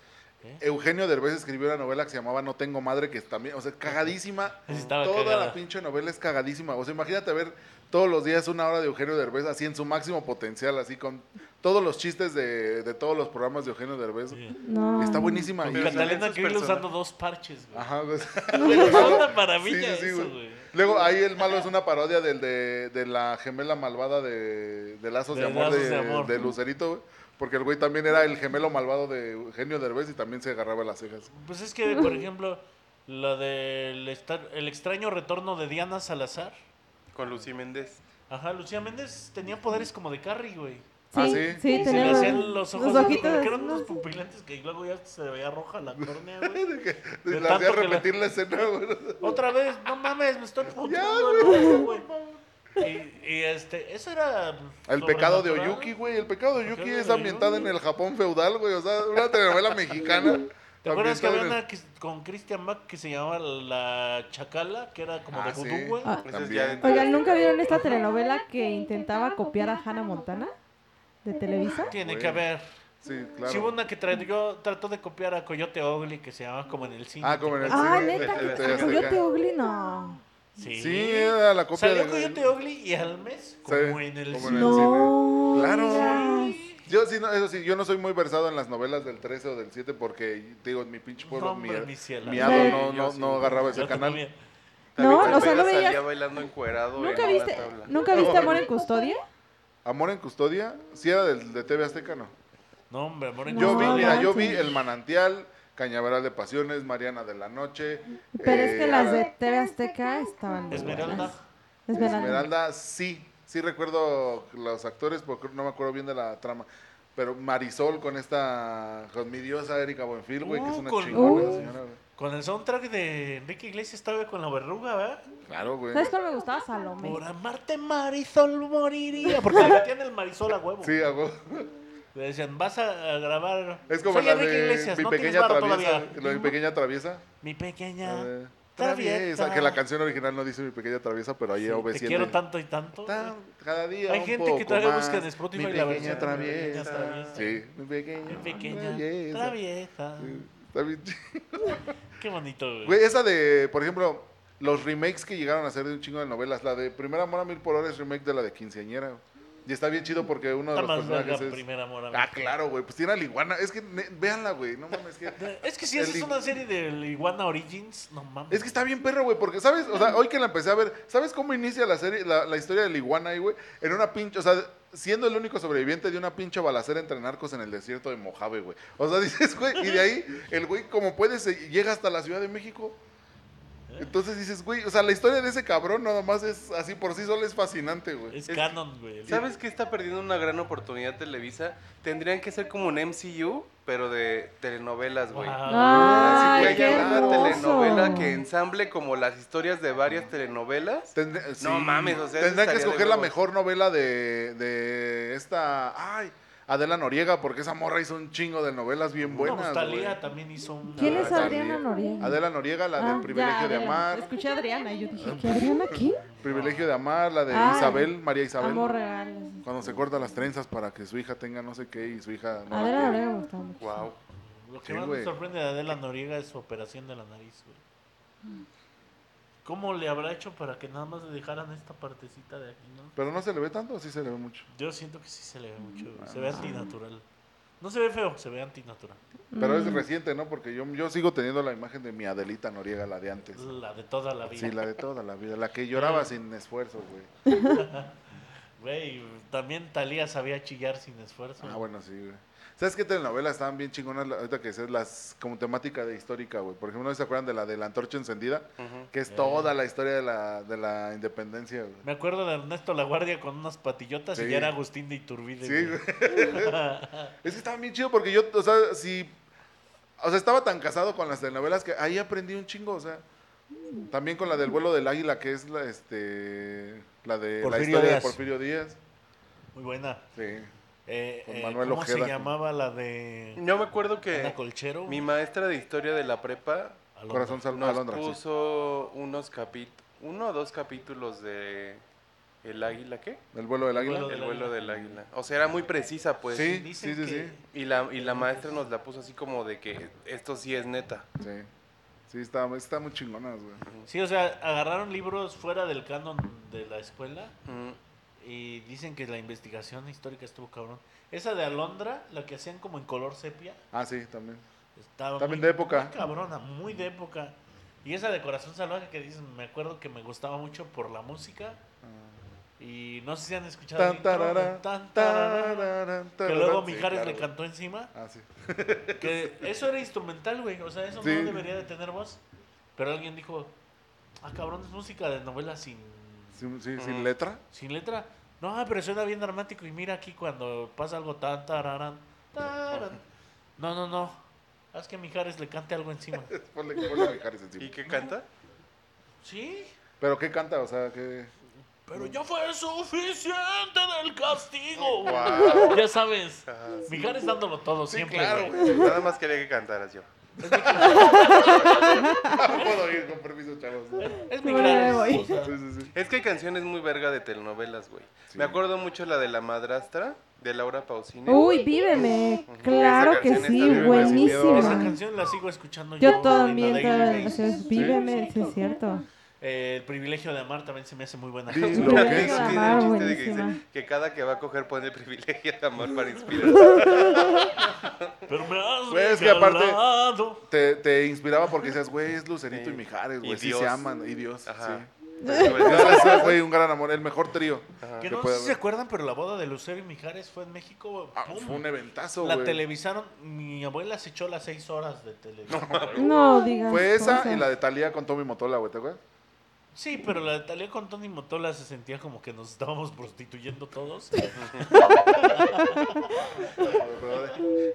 S1: ¿Eh?
S2: Eugenio Derbez escribió una novela que se llamaba No tengo madre, que también, o sea, cagadísima.
S1: Estaba
S2: Toda la
S1: cagada.
S2: pinche novela es cagadísima. O sea, imagínate ver todos los días una hora de Eugenio Derbez así en su máximo potencial, así con todos los chistes de, de todos los programas de Eugenio Derbez.
S1: Sí.
S3: No.
S2: Está buenísima.
S1: Con
S2: Y-
S4: Pero salen
S1: Catalina
S4: esos
S1: que
S4: personajes.
S1: usando dos parches, güey.
S2: Ajá, pues. güey.
S1: Es una maravilla
S2: Sí, sí, sí,
S1: eso,
S2: güey.
S1: güey.
S2: Luego ahí el malo es una parodia del de, de la gemela malvada de, de Lazos de,
S1: De
S2: amor,
S1: Lazos
S2: de,
S1: de Amor.
S2: de Lucerito, güey. Porque el güey también era el gemelo malvado de Eugenio Derbez y también se agarraba las cejas.
S1: Pues es que, por ejemplo, la del estar- el extraño retorno de Diana Salazar.
S4: Con Lucy Méndez.
S1: Ajá, Lucía Méndez tenía poderes como de Carrie, güey.
S3: Sí,
S2: Ah,
S3: sí,
S2: sí.
S1: Y se le
S3: tenemos
S1: hacían los ojos,
S3: los ojitos.
S1: que eran
S3: no
S1: unos
S3: sé.
S1: pupilantes que luego ya se veía roja la córnea, güey.
S2: Le
S1: De
S2: hacía
S1: tanto que la-
S2: repetir la... escena, güey.
S1: Otra vez, no mames, me estoy puteando el ojo, güey. Y, y, este, eso era.
S2: El pecado de
S1: sobrenatural.
S2: Oyuki, güey. El pecado de
S1: El
S2: Oyuki
S1: pecado
S2: es
S1: de
S2: ambientada en
S1: Oyuki.
S2: el Japón feudal, güey. O sea, una telenovela mexicana.
S1: ¿Te acuerdas que
S2: ambientada
S1: había
S2: en el-
S1: una que- con Christian Mack que se llamaba La Chacala, que era como
S2: Ah,
S1: de
S2: sí.
S1: vudú, güey?
S3: Ah.
S4: Eso es
S2: También.
S4: ya-
S3: Oigan, ¿nunca vieron esta telenovela que intentaba copiar a Hannah Montana? ¿De Televisa?
S1: Tiene
S2: Ah, Güey,
S1: que haber.
S2: Sí,
S1: Si hubo
S2: claro.
S1: una que tra- yo trató de copiar a Coyote Ogly, que se llamaba como en el cine.
S2: Ah, como en el
S3: Ah,
S2: cine,
S3: neta,
S2: de- de-
S3: que
S2: de-
S3: el Coyote
S2: de-
S3: Ogli, no.
S1: Sí.
S2: Sí, era la copia
S1: Salió
S2: de...
S1: Coyote Ogly y al mes, como en el
S2: como
S1: cine.
S2: en el cine.
S3: No.
S2: Claro.
S3: digas.
S2: Yo sí, no, eso sí, yo no soy muy versado en las novelas del 13 o del 7 porque, digo, mi pinche pueblo,
S1: No, hombre,
S2: mi, er,
S1: mi cielo.
S2: mi hado no,
S4: Sí,
S2: no,
S4: yo sí.
S2: no agarraba
S1: Yo
S2: ese
S1: también.
S2: canal.
S4: También
S3: No,
S4: Pepe
S3: o sea, no
S4: Vega salía
S3: veías-
S4: bailando encuerado
S3: ¿Nunca
S4: en
S3: viste,
S4: una tabla.
S3: ¿Nunca viste Amor en Custodia?
S2: Amor en Custodia, sí era del, de TV Azteca, ¿no?
S1: No, hombre, amor en
S2: yo
S3: No,
S2: vi,
S1: Custodia.
S2: mira, yo vi
S3: manches.
S2: El Manantial, Cañaveral de Pasiones, Mariana de la Noche.
S3: Pero es
S2: eh,
S3: que las de TV Azteca estaban muy
S1: Esmeralda.
S3: buenas. Esmeralda.
S2: Esmeralda, sí. Sí recuerdo los actores, porque no me acuerdo bien de la trama. Pero Marisol con esta, con mi diosa Erika Buenfil, güey, que es
S1: Uh,
S2: una
S1: con-
S2: chingona
S3: Uh.
S2: señora, güey.
S1: Con el soundtrack de Enrique Iglesias todavía con la verruga, ¿verdad?
S2: Claro, güey.
S3: ¿Sabes cuál me gustaba? Salomé.
S1: Por amarte Marisol moriría. Porque le metían el Marisol a huevo.
S2: Sí, hago.
S1: Le decían, vas a a grabar...
S2: Es como
S1: Soy
S2: la
S1: Enrique
S2: de
S1: Iglesias,
S2: mi
S1: no tienes
S2: pequeña
S1: varo
S2: traviesa,
S1: todavía.
S2: lo de mi pequeña traviesa.
S1: Mi pequeña...
S2: Eh,
S1: traviesa.
S2: Que la canción original no dice mi pequeña traviesa, pero ahí
S1: Sí,
S2: ob
S1: te quiero tanto y tanto.
S2: cada día
S1: Hay
S2: un
S1: gente que
S2: poco
S1: todavía
S2: más.
S1: busca en Spotify
S2: mi
S1: la
S2: pequeña
S1: versión de mi pequeña
S2: traviesa.
S1: traviesa.
S2: Sí, mi pequeña,
S1: Mi pequeña
S2: traviesa.
S1: traviesa.
S2: Sí, está bien chido.
S1: Qué bonito, güey.
S2: Güey, esa de, por ejemplo, los remakes que llegaron a hacer de un chingo de novelas. La de Primera Mora Mil por Hora es remake de la de Quinceañera. güey. Y está bien chido porque uno de
S1: Está
S2: los
S1: más verga
S2: personajes es...
S1: primera mora.
S2: Ah,
S1: güey.
S2: claro, güey. Pues tiene a la iguana. Es que, ne- véanla, güey. No mames, que...
S1: Es que si
S2: El
S1: haces
S2: link.
S1: una serie del Iguana Origins, no mames.
S2: Es que está bien perro, güey, porque, ¿sabes? O sea, hoy que la empecé a ver, ¿sabes cómo inicia la serie, la, la historia del iguana ahí, güey? En una pinche, o sea, siendo el único sobreviviente de una pinche balacera entre narcos en el desierto de Mojave, güey. O sea, dices, güey, y de ahí, el güey, como puede, se llega hasta la Ciudad de México.
S4: ¿Eh?
S2: Entonces dices, güey, o sea, la historia de ese cabrón nada más es así por sí sola es fascinante, güey.
S1: Es canon, güey.
S4: ¿Sabes qué está perdiendo una gran oportunidad Televisa? Tendrían que ser como un MCU, pero de telenovelas, güey.
S1: Wow.
S4: Así
S3: Ay,
S4: que
S3: qué
S4: haya una telenovela
S3: hermoso.
S4: que ensamble como las historias de varias telenovelas.
S2: Tendré-
S4: No mames, o sea, eso
S2: Tendrán que
S4: estaría de
S2: escoger la
S4: huevos.
S2: mejor novela de, de esta. Ay, Adela Noriega, porque esa morra hizo un chingo de novelas bien
S1: Bueno,
S2: buenas.
S1: pues
S2: güey.
S1: Talía también hizo una.
S3: ¿Quién es
S2: Adela
S3: Adriana Noriega?
S2: Adela Noriega, la
S3: Ah,
S2: del privilegio
S3: ya,
S2: de
S3: Adela.
S2: amar. Ah.
S3: Escuché a Adriana y yo dije, ¿qué Adriana aquí?
S2: Privilegio de amar, la de
S3: Ah,
S2: Isabel, María Isabel.
S3: Amor real.
S2: Cuando se corta las trenzas para que su hija tenga no sé qué y su hija no la
S3: Adriana
S2: quiere.
S3: Noriega me gustaba mucho.
S4: Wow.
S1: Lo que
S2: Sí,
S1: más
S2: güey.
S1: me sorprende de Adela Noriega es su operación de la nariz, güey. ¿Cómo le habrá hecho para que nada más le dejaran esta partecita de aquí, no?
S2: Pero no se le ve tanto, sí se le ve mucho.
S1: Yo siento que sí se le ve mucho, güey. Se ve antinatural. No se ve feo, se ve antinatural.
S2: Pero
S3: Mm.
S2: es reciente, ¿no? Porque yo, yo sigo teniendo la imagen de mi Adelita Noriega, la de antes.
S1: La de toda la vida.
S2: Sí, la de toda la vida. La que lloraba sin esfuerzo, güey.
S1: Güey, también Talía sabía chillar sin esfuerzo.
S2: Ah, bueno, sí, güey. ¿Sabes qué telenovelas estaban bien chingonas? La- Ahorita que es las como temática de histórica, güey. Por ejemplo, ¿no se acuerdan de la de la antorcha encendida?
S4: Ujú.
S2: Que es
S1: Eh.
S2: toda la historia de la, de la independencia, güey.
S1: Me acuerdo de Ernesto La Guardia con unas patillotas
S2: Sí.
S1: y ya era Agustín de Iturbide.
S2: Sí,
S1: güey.
S2: güey. Es que estaba bien chido porque yo, o sea, si O sea, estaba tan casado con las telenovelas que ahí aprendí un chingo, o sea. También con la del vuelo del águila, que es la, este, la de la
S1: Porfirio
S2: historia
S1: Díaz.
S2: de Porfirio Díaz.
S1: Muy buena.
S2: Sí.
S1: Eh,
S2: Con
S1: eh,
S2: Manuel
S1: ¿Cómo
S2: Ojeda.
S1: se llamaba la de
S4: Yo me acuerdo
S1: Ana
S4: que
S1: Colchero?
S4: mi maestra de historia de la prepa
S1: Alondra.
S2: Corazón Salvador
S4: nos
S2: Alondra. sí.
S4: puso unos capítulos, uno o dos capítulos de El Águila, ¿qué?
S2: El vuelo del águila.
S1: Vuelo del
S4: El vuelo
S1: águila.
S4: del águila. O sea, era muy precisa, pues.
S2: Sí.
S1: Dicen
S2: sí, sí,
S1: que-
S2: sí.
S4: Y la, y la maestra nos la puso así como de que esto sí es neta.
S2: Sí. Sí, está, está muy chingonas, güey.
S1: Sí, o sea, agarraron libros fuera del canon de la escuela
S4: Mm.
S1: y dicen que la investigación histórica estuvo cabrón. Esa de Alondra, la que hacían como en color sepia,
S2: Ah, sí, también.
S1: estaba
S2: También
S1: muy-
S2: de época.
S1: muy cabrona, muy de época. Y esa de Corazón Salvaje que dicen, me acuerdo que me gustaba mucho por la música y no sé si han escuchado el
S2: Tan
S1: intro,
S2: tarara,
S1: tan,
S2: tan
S1: tarara,
S2: tarara,
S1: que luego
S2: sí,
S1: Mijares
S2: claro,
S1: le
S2: güey.
S1: cantó encima.
S2: Ah, sí.
S1: Que eso era instrumental, güey. O sea, eso
S2: Sí.
S1: no debería de tener voz. Pero alguien dijo, ah, cabrón, es música de novela sin,
S2: Sí, sí,
S4: Ujú.
S2: sin letra.
S1: sin letra. No, ah, pero suena bien dramático. Y mira aquí cuando pasa algo tan, tararán, tararán. No, no, no. Haz que Mijares le cante algo encima.
S2: Ponle, ponle Mijares encima.
S4: ¿Y qué canta?
S1: Sí,
S2: Pero ¿qué canta? O sea, que...
S1: pero ya fue suficiente del castigo.
S4: Guau.
S1: Ya sabes.
S4: Ajá.
S2: Ah,
S1: Mijares dándolo todo siempre. güey.
S4: Nada más quería que cantaras yo.
S2: No puedo ir, con permiso, chavos.
S1: Es
S3: Bueno, me voy.
S1: Mijares. o sea,
S2: Sí, sí, sí.
S4: Es que hay canciones muy verga de telenovelas, güey.
S2: Sí.
S4: Me acuerdo mucho la de La Madrastra, de Laura Pausini.
S3: Uy, víveme. Claro que
S4: canción
S3: sí,
S4: está bien,
S1: Esa
S3: buenísima.
S1: canción la sigo escuchando
S3: Yo
S1: yo
S3: también,
S1: güey, la
S3: todas
S1: de-
S3: las canciones. Víveme, sí, es cierto.
S1: Eh, el privilegio de amar también se me hace muy buena.
S2: Sí.
S3: El
S2: Lo que es
S3: privilegio
S2: Ah,
S3: de
S2: que
S4: tiene
S3: amar,
S4: un chiste de que
S3: buenísima.
S4: dice que cada que va a coger pone el privilegio de amor para inspirar.
S1: Pero me has
S2: Güey, Pues, es que aparte-
S1: regalado.
S2: Te, te inspiraba porque decías, güey, es Lucerito
S4: Sí.
S2: y Mijares,
S4: Y
S2: güey. Sí
S4: Dios.
S2: se aman. Y Dios, sí.
S4: Ajá. Sobre todo
S2: Eso es, güey, un gran amor. El mejor trío.
S1: Que
S2: Ah, que
S1: no sé
S2: puede
S1: si se
S2: haber.
S1: acuerdan, pero la boda de Lucero y Mijares fue en México.
S2: Ah,
S1: ¡pum!
S2: fue un eventazo,
S1: la
S2: güey.
S1: televisaron. Mi abuela se echó las seis horas de televisión. güey.
S3: No digas.
S2: Fue esa
S3: cosas.
S2: y la de Talía con Tommy Motola, güey, ¿te acuerdas?
S1: Sí, pero la de Talía con Tony Motola se sentía como que nos estábamos prostituyendo todos.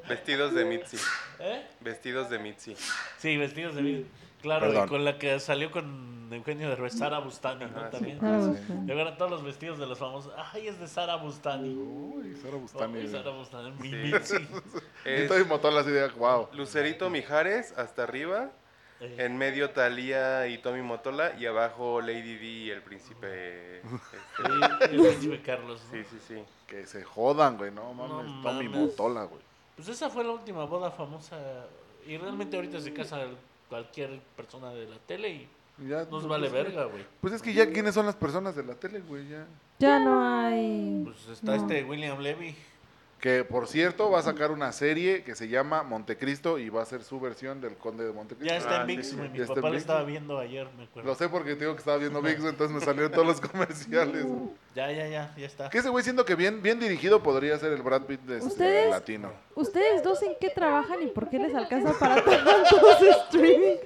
S4: Vestidos de Mitzi.
S1: ¿Eh?
S4: Vestidos de Mitzi.
S1: Sí, vestidos de vida. Claro, y
S2: Perdón. Ah,
S1: con la que salió con Eugenio de Sara Bustani, ¿no?
S4: Ajá, sí.
S1: También.
S3: Claro,
S2: Sí.
S3: busca.
S1: De ver a todos los vestidos de los famosos. Ay, es de Sara Bustani.
S2: Uy, Sara
S1: Ay,
S2: Bustani.
S1: Oh, Sara Bustani. Mi
S4: Sí.
S1: Mitzi.
S2: Y
S4: Es
S2: Tommy Motola así de, wow.
S4: Lucerito Mijares hasta arriba.
S1: Eh,
S4: En medio Talía y Tommy Motola y abajo Lady D y el príncipe. este,
S1: y el príncipe Carlos. ¿no?
S4: Sí, sí, sí.
S2: Que se jodan, güey. No mames,
S1: No
S2: Tommy
S1: mames.
S2: Motola, güey.
S1: Pues esa fue la última boda famosa. Y realmente ahorita se casa cualquier persona de la tele y
S2: Y ya,
S1: nos vale
S2: pues,
S1: verga, güey.
S2: Pues es que ya, ¿quiénes son las personas de la tele, güey? Ya.
S3: Ya no hay.
S1: Pues está
S3: No.
S1: este William Levy.
S2: Que por cierto va a sacar una serie que se llama Montecristo y va a ser su versión del Conde de Montecristo.
S1: Ya está
S4: Ah,
S1: en
S4: sí,
S1: VIX,
S4: sí.
S1: güey. Mi
S2: Ya está en
S1: papá lo
S2: ViX.
S1: estaba viendo ayer, me
S2: Lo
S1: acuerdo.
S2: sé porque te digo que estaba viendo VIX, entonces me salieron todos los comerciales.
S1: Ya, ya, ya, ya está.
S2: Que ese güey siento que bien, bien dirigido podría ser el Brad Pitt de este,
S3: ¿Ustedes?
S2: latino.
S3: ¿Ustedes dos en qué trabajan y por qué les alcanza para tantos streaming?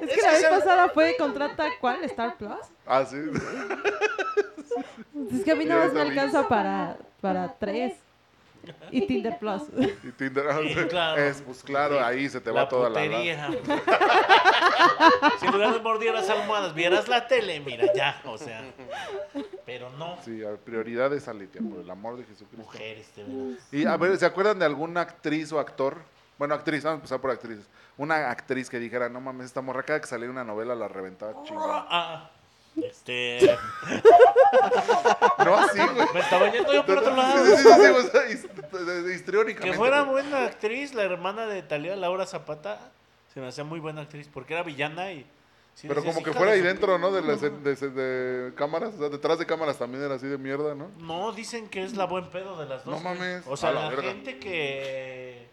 S3: Es que la vez pasada fue contrata cuál, Star Plus.
S2: Ah, sí.
S3: Es que a mí nada más me
S2: Ya está bien.
S3: alcanza para, para tres. Y Tinder Plus.
S2: Y Tinder. ah,
S1: Sí,
S2: sí.
S1: claro.
S2: Es, pues claro,
S1: Sí.
S2: ahí se te
S1: la
S2: va toda la.
S1: putería. si en lugar de mordieras almohadas, vieras la tele, mira, ya, o sea. Pero no,
S2: Sí, a- prioridades a Litia, por el amor de Jesucristo.
S1: mujeres, de veras.
S2: Y a ver, ¿se acuerdan de alguna actriz o actor? Bueno, actriz, vamos a empezar por actrices. Una actriz que dijera, no mames, esta morra cada que salía una novela la reventaba chingón.
S1: Ah, este.
S2: No así, güey.
S1: Me estaba yendo yo por otro lado.
S2: Sí, sí, sí, sí, o sea, hist- de- de- histriónicamente,
S1: Que fuera
S2: güey.
S1: buena actriz, la hermana de Talía, Laura Zapata, se me hacía muy buena actriz, porque era villana y... sí
S2: Pero
S1: decías,
S2: como que
S1: "Hija
S2: fuera
S1: de
S2: ahí
S1: su
S2: dentro, ¿no? De,
S1: puta
S2: las, de,
S1: madre".
S2: de- de cámaras, o sea, detrás de cámaras también era así de mierda, ¿no?
S1: No, dicen que es la buen pedo de las dos.
S2: No
S1: güey.
S2: mames,
S1: O sea,
S2: a la
S1: la,
S2: verga.
S1: gente que...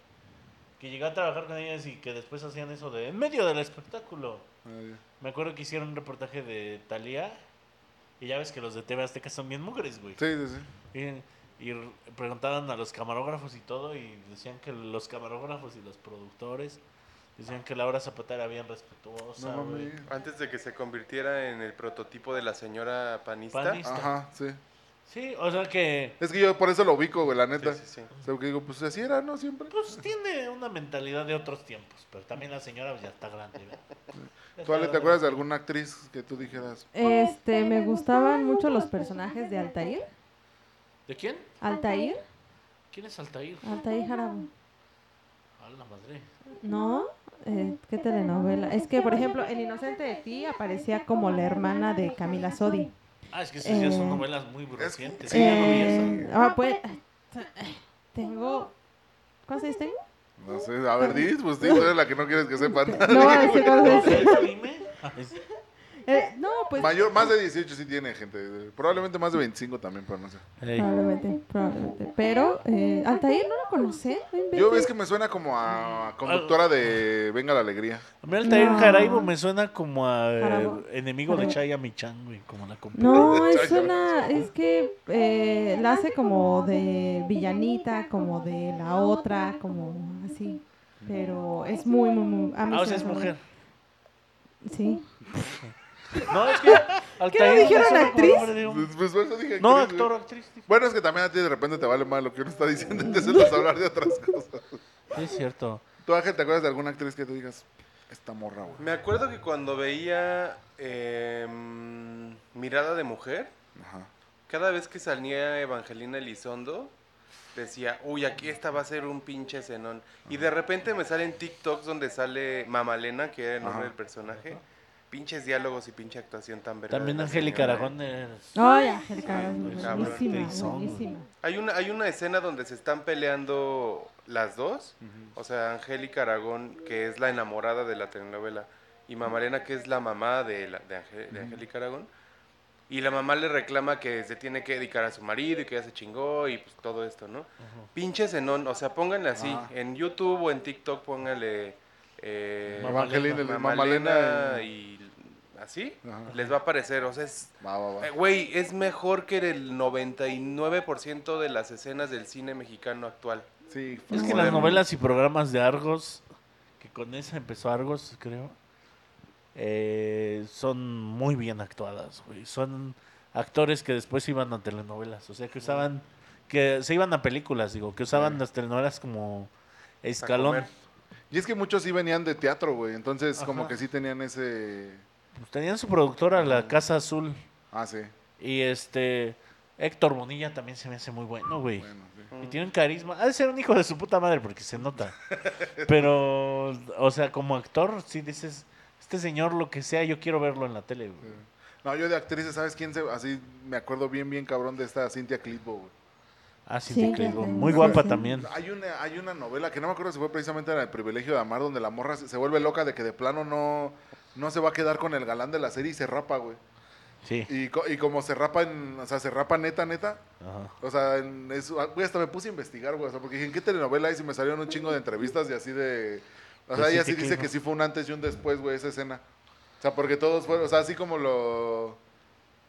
S1: Que llegó a trabajar con ellas y que después hacían eso de... En medio del espectáculo.
S2: Ay,
S1: Me acuerdo que hicieron un reportaje de Talía. Y ya ves que los de TV Azteca son bien mugres, güey.
S2: Sí, sí, sí.
S1: Y, y r- preguntaban a los camarógrafos y todo, y decían que los camarógrafos y los productores decían que Laura Zapata era bien respetuosa.
S2: No
S1: güey.
S2: mames.
S4: Antes de que se convirtiera en el prototipo de la señora panista,
S1: Panista.
S2: Ajá, sí.
S1: Sí, o sea que
S2: Es que yo por eso lo ubico, güey, la neta.
S4: Sí, sí, sí.
S2: O sea, que digo, pues así era, ¿no? Siempre.
S1: pues tiene una mentalidad de otros tiempos, pero también la señora pues, ya está grande. ¿verdad? Ya
S2: ¿Tú, Ale,
S1: está
S2: te acuerdas
S1: grande.
S2: de alguna actriz que tú dijeras?
S3: Este, me gustaban mucho los personajes de Altair.
S1: ¿De quién?
S3: Altair,
S1: ¿Quién es Altair?
S3: Altair Jarabo.
S1: A la madre.
S3: No, eh, ¿qué telenovela? Es que, por ejemplo, El Inocente de Ti aparecía como la hermana de Camila Sodi.
S1: Ah, es que esas ya son
S3: Eh,
S1: novelas muy recientes.
S2: sí,
S1: yo no vi esa.
S3: Eh, ah, pues, tengo, ¿cuántos años tengo?
S2: No sé, a ver, dis, pues di, tú eres la que no quieres que sepan.
S3: No voy a decir
S1: No
S3: cuántos
S1: sé,
S3: años.
S1: eso dime. Ay, sí.
S3: Eh, no, pues,
S2: Mayor, más de 18 sí tiene gente. Probablemente más de 25 también, pero no sé.
S3: probablemente, probablemente. Pero, eh, Altair, ¿no lo conocé? No inventes.
S2: Yo ves que me suena como a conductora de Venga la Alegría.
S1: A mí Altair
S3: No.
S1: Jaraibo me suena como a eh,
S3: Jarabo.
S1: enemigo de
S3: Jarabo.
S1: Chaya Michan, güey, como la competencia.
S3: No, es una, es que eh, la hace como de villanita, como de la otra, como así. Pero es muy, muy, muy. a mí
S1: Ah, o
S3: se
S1: sea,
S3: me
S1: es
S3: hace muy-
S1: mujer.
S3: Sí.
S1: No, es que Altair. me
S3: dijeron
S1: suena como
S3: actriz?
S1: nombre de hombre.
S2: Pues, pues, por eso dije
S1: No,
S2: actriz,
S1: actor,
S2: güey.
S1: actriz. dije.
S2: Bueno, es que también a ti de repente te vale mal lo que uno está diciendo y te sueltas a hablar de otras cosas.
S1: Sí, es cierto.
S2: ¿Tú, Ángel, te acuerdas de alguna actriz que tú digas, esta morra, güey?
S4: Me acuerdo que cuando veía em, Mirada de Mujer,
S2: Ajá.
S4: cada vez que salía Evangelina Elizondo, decía, uy, aquí esta va a ser un pinche cenón. Y de repente me salen TikToks donde sale Mamalena, que era el nombre
S2: Ajá.
S4: del personaje. Pinches diálogos y pinche actuación tan verga.
S1: También
S4: de la
S1: Angélica
S4: señora, ¿eh?
S1: Aragón. es-
S3: Ay, Angélica, es
S1: Cabrón,
S3: buenísima,
S1: actriz, hombre.
S3: buenísima.
S4: Hay una, hay una escena donde se están peleando las dos. O sea, Angélica Aragón, que es la enamorada de la telenovela, y Mamalena, que es la mamá de, la- de Ange- de Angélica Aragón. Y la mamá le reclama que se tiene que dedicar a su marido y que ya se chingó y pues todo esto, ¿no? Pinches enón, o sea, pónganle así.
S2: Ajá.
S4: En YouTube o en TikTok pónganle... Eh,
S2: Evangelina,
S1: Mamalena.
S2: Mamalena.
S4: Mamalena y... Así
S2: Ajá.
S4: les va a aparecer, o sea, es...
S2: Va, va, va.
S4: Eh, Güey, es mejor que el 99% de las escenas del cine mexicano actual.
S2: Sí,
S1: Es que
S2: moderno.
S1: las novelas y programas de Argos, que con esa empezó Argos, creo, eh, son muy bien actuadas, güey. Son actores que después iban a telenovelas, o sea, que usaban, que se iban a películas, digo, que usaban las telenovelas como escalón.
S4: comer.
S2: Y es que muchos sí venían de teatro, güey. Entonces, como
S1: Ajá.
S2: que sí tenían ese.
S1: Pues tenían su productora, la Casa Azul,
S2: Ah, sí.
S1: y este, Héctor Bonilla también se me hace muy bueno, güey.
S2: Bueno, sí.
S1: Y tiene un carisma. Ha de ser un hijo de su puta madre porque se nota. Pero, o sea, como actor, si dices, este señor lo que sea, yo quiero verlo en la tele. güey".
S2: No, yo de actrices, ¿sabes quién se.? Así me acuerdo bien, bien cabrón de esta Cintia Clitbo, güey.
S1: Ah, sí,
S3: Sí,
S1: te
S3: ya
S1: creo.
S3: sé.
S1: Muy
S3: Sí,
S1: guapa
S3: sí.
S1: también.
S2: Hay una, hay una novela que no me acuerdo si fue precisamente en El privilegio de amar, donde la morra se, se vuelve loca de que de plano no, no se va a quedar con el galán de la serie y se rapa, güey.
S1: Sí.
S2: Y, co- y como se rapa, en- o sea, se rapa neta, neta.
S1: Ajá.
S2: O sea, en- es- güey, hasta me puse a investigar, güey. O sea, porque dije, ¿en qué telenovela hay? Y me salieron un chingo de entrevistas y así de. O sea,
S1: Pues sí
S2: ella
S1: te
S2: sí dice
S1: creo.
S2: que sí fue un antes y un después, güey, esa escena. O sea, porque todos fueron. O sea, así como lo.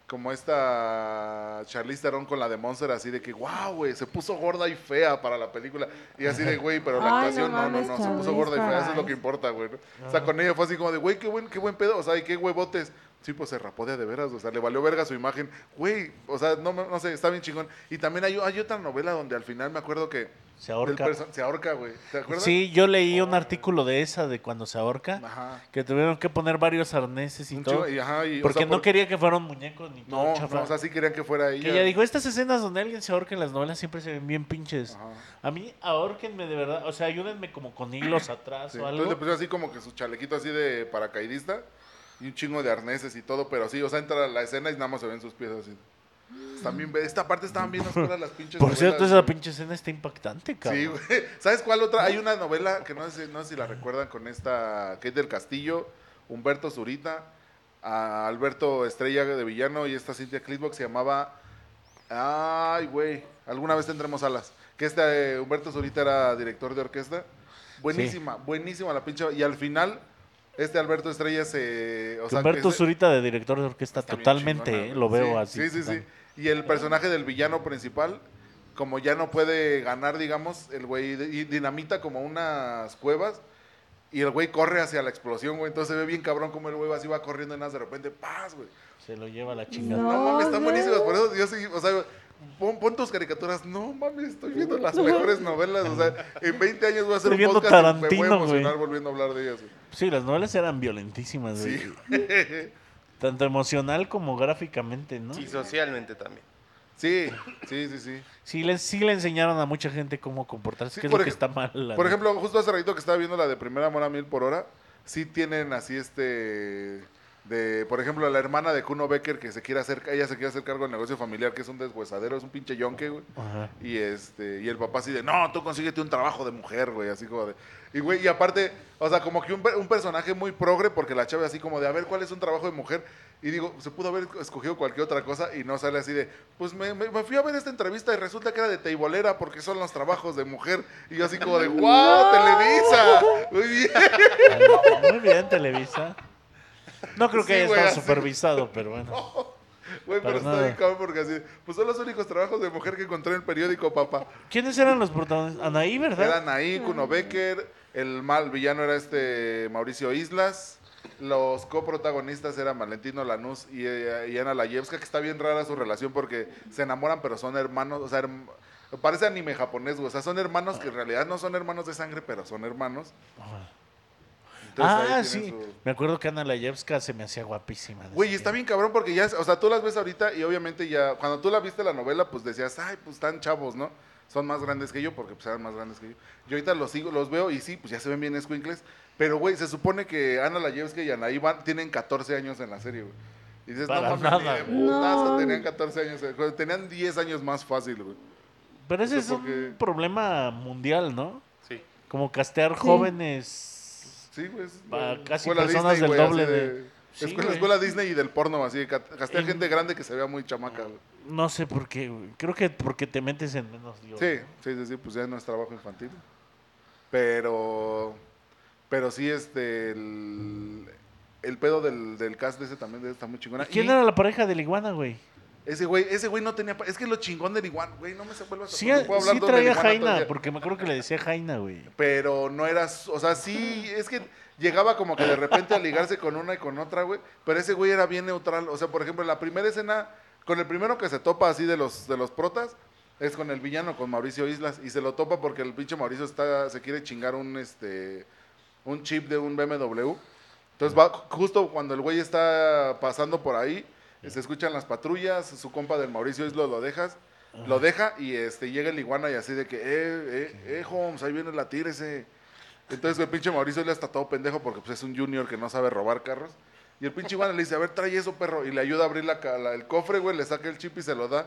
S2: Como esta Charlize Theron con la de Monster, así de que, wow, güey, se puso gorda y fea para la película. Y así de, güey, pero la
S3: Ay,
S2: actuación,
S3: no
S2: no, no,
S3: mames,
S2: no, se puso
S3: Charlize
S2: gorda y fea, eso es lo
S3: Theron.
S2: que importa, güey. ¿no? O
S1: Ah.
S2: sea, con ella fue así como de, güey, qué buen, qué buen pedo, o sea, y qué huevotes. Sí, pues se rapó de a de veras, o sea, le valió verga su imagen. Güey, o sea, no, me- no sé, está bien chingón. Y también hay, hay otra novela donde al final me acuerdo que...
S1: Se
S2: el
S1: ahorca.
S2: perso- Se ahorca, güey. ¿Te acuerdas?
S1: Sí, yo leí un artículo de esa, de cuando se ahorca,
S2: Ajá.
S1: que tuvieron que poner varios arneses y
S2: Un
S1: todo.
S2: chingo- y ajá, y, o
S1: Porque
S2: sea,
S1: no
S2: por-
S1: quería que fueran muñecos ni todo
S2: No,
S1: chafa.
S2: no, o sea, sí querían que fuera ella.
S1: que ella dijo, estas escenas donde alguien se ahorca en las novelas siempre se ven bien pinches.
S2: Ajá.
S1: A mí, ahorquenme de verdad. O sea, ayúdenme como con hilos atrás
S2: Sí,
S1: o algo.
S2: Entonces le pusieron así como que su chalequito así de paracaidista y un chingo de arneses y todo, pero sí, o sea, entra a la escena y nada más se ven sus pies así. Están bien, ve- esta parte estaban bien oscuras las pinches
S1: Por cierto,
S2: novelas,
S1: esa
S2: güey.
S1: pinche escena está impactante, cabrón.
S2: Sí, güey. ¿Sabes cuál otra? Hay una novela que no sé, si- no sé si la recuerdan con esta Kate del Castillo, Humberto Zurita, a Alberto Estrella de Villano y esta Cintia Clitbo que se llamaba. Ay, güey. Alguna vez tendremos alas. Que este eh, Humberto Zurita era director de orquesta. Buenísima, buenísima la pinche. Y al final, este Alberto Estrella se. O
S1: Que
S2: sea, que
S1: Humberto
S2: ese-
S1: Zurita de director de orquesta,
S2: Está bien
S1: totalmente,
S2: chingona,
S1: eh,
S2: güey.
S1: lo veo así.
S2: Sí, Sí, sí, sí.
S1: total.
S2: Y el personaje del villano principal, como ya no puede ganar, digamos, el güey de- y dinamita como unas cuevas y el güey corre hacia la explosión, güey. Entonces se ve bien cabrón como el güey así va corriendo en las de repente, ¡paz, güey!
S1: Se lo lleva la
S2: No,
S1: chingada.
S3: No,
S2: mames, están
S3: no.
S2: buenísimos. Por eso yo sí, o sea, pon, pon tus caricaturas. No mames, estoy viendo las mejores novelas. O sea, en 20 años voy a hacer
S1: Estoy
S2: un
S1: viendo
S2: podcast y me voy
S1: Tarantino,
S2: a emocionar
S1: güey.
S2: volviendo a hablar de ellas. güey.
S1: Sí, las novelas eran violentísimas, güey.
S2: Sí.
S1: Tanto emocional como gráficamente, ¿no?
S4: Y
S1: Sí,
S4: socialmente también.
S2: Sí, sí, sí, sí.
S1: le, sí le enseñaron a mucha gente cómo comportarse,
S2: Sí,
S1: que es
S2: por
S1: lo que
S2: ej-
S1: está mal. la
S2: Por
S1: neta.
S2: ejemplo, justo hace ratito que estaba viendo la de Primera Amor a Mil por Hora, sí tienen así este... De, por ejemplo, la hermana de Kuno Becker que se quiere hacer, ella se quiere hacer cargo del negocio familiar, que es un deshuesadero, es un pinche yonke, güey.
S1: Ajá.
S2: Y este, y el papá así de, no, tú consíguete un trabajo de mujer, güey, así como de. Y güey, y aparte, o sea, como que un, per- un personaje muy progre, porque la chava así como de, a ver, ¿cuál es un trabajo de mujer? Y digo, se pudo haber escogido cualquier otra cosa y no sale así de, pues me, me- me fui a ver esta entrevista y resulta que era de teibolera porque son los trabajos de mujer. Y yo así como de, wow, Televisa. Muy bien.
S1: Muy bien, Televisa. No creo que
S2: Sí,
S1: haya
S2: güey,
S1: estado
S2: así.
S1: supervisado, pero bueno.
S2: Güey,
S1: Para
S2: pero está
S1: nada.
S2: bien cabrón porque así, pues son los únicos trabajos de mujer que encontré en el periódico, papá.
S1: ¿Quiénes eran los protagonistas? Anaí, ¿verdad?
S2: Eran ahí, Kuno Becker, el mal villano era este Mauricio Islas, los coprotagonistas eran Valentino Lanús y, eh, y Ana Layevska, que está bien rara su relación porque se enamoran pero son hermanos, o sea, herm- parece anime japonés, güey, o sea, son hermanos que en realidad no son hermanos de sangre, pero son hermanos.
S1: Ajá.
S2: Entonces,
S1: ah,
S2: ahí
S1: sí.
S2: tienen su-
S1: Me acuerdo que Ana Layevska se me hacía guapísima. de
S2: Güey,
S1: esa
S2: está
S1: tía.
S2: bien cabrón porque ya, o sea, tú las ves ahorita y obviamente ya, cuando tú la viste la novela, pues decías, ay, pues están chavos, ¿no? Son más grandes que yo porque pues eran más grandes que yo. Yo ahorita los sigo, los veo y sí, pues ya se ven bien escuincles, pero güey, se supone que Ana Layevsky y Ana Iván tienen 14 años en la serie, güey. Y dices,
S1: Para
S2: no mames, ni
S1: nada,
S2: de
S1: güey.
S2: putazo
S3: No.
S2: tenían 14 años, eh, tenían 10 años más fácil, güey.
S1: Pero ese
S2: no
S1: es
S2: sé por qué.
S1: un problema mundial, ¿no?
S4: Sí.
S1: Como castear jóvenes.
S2: Sí, güey. es
S1: Pa-
S2: de-
S1: casi
S2: escuela
S1: personas del
S2: güey, así
S1: doble
S2: de-
S1: de- Sí,
S2: escuela,
S1: güey.
S2: escuela Disney y del porno, así, gasté
S1: Y-
S2: gente grande que se vea muy chamaca, güey.
S1: No sé por qué, güey. Creo que porque te metes en menos líos.
S2: Sí,
S1: ¿no?
S2: sí, sí, sí, pues ya no es trabajo infantil. Pero, pero sí, este, el, el pedo del, del cast de ese también de- está muy chingona.
S1: ¿Y ¿Quién
S2: Y
S1: era la pareja de la iguana, güey?
S2: Ese güey, ese güey no tenía, pa- es que lo chingón del iguana, güey, no me se vuelvas
S1: Sí,
S2: porque puedo hablar
S1: sí
S2: todo del
S1: traía
S2: iguana todo el
S1: Jaina,
S2: día.
S1: porque me acuerdo que le decía Jaina, güey.
S2: Pero no era, su- o sea, sí, es que llegaba como que de repente a ligarse con una y con otra, güey. Pero ese güey era bien neutral. O sea, por ejemplo, en la primera escena, con el primero que se topa así de los, de los protas, es con el villano, con Mauricio Islas. Y se lo topa porque el pinche Mauricio está, se quiere chingar un, este, un chip de un BMW. Entonces va justo cuando el güey está pasando por ahí, se escuchan las patrullas, su compa del Mauricio Islo lo dejas, lo deja y este llega el iguana y así de que, eh, eh, eh, Holmes, ahí viene la tira ese. Entonces el pinche Mauricio Isla está todo pendejo porque pues, es un junior que no sabe robar carros. Y el pinche iguana le dice, a ver, trae eso, perro. Y le ayuda a abrir la, ca- la- el cofre, güey, le saca el chip y se lo da.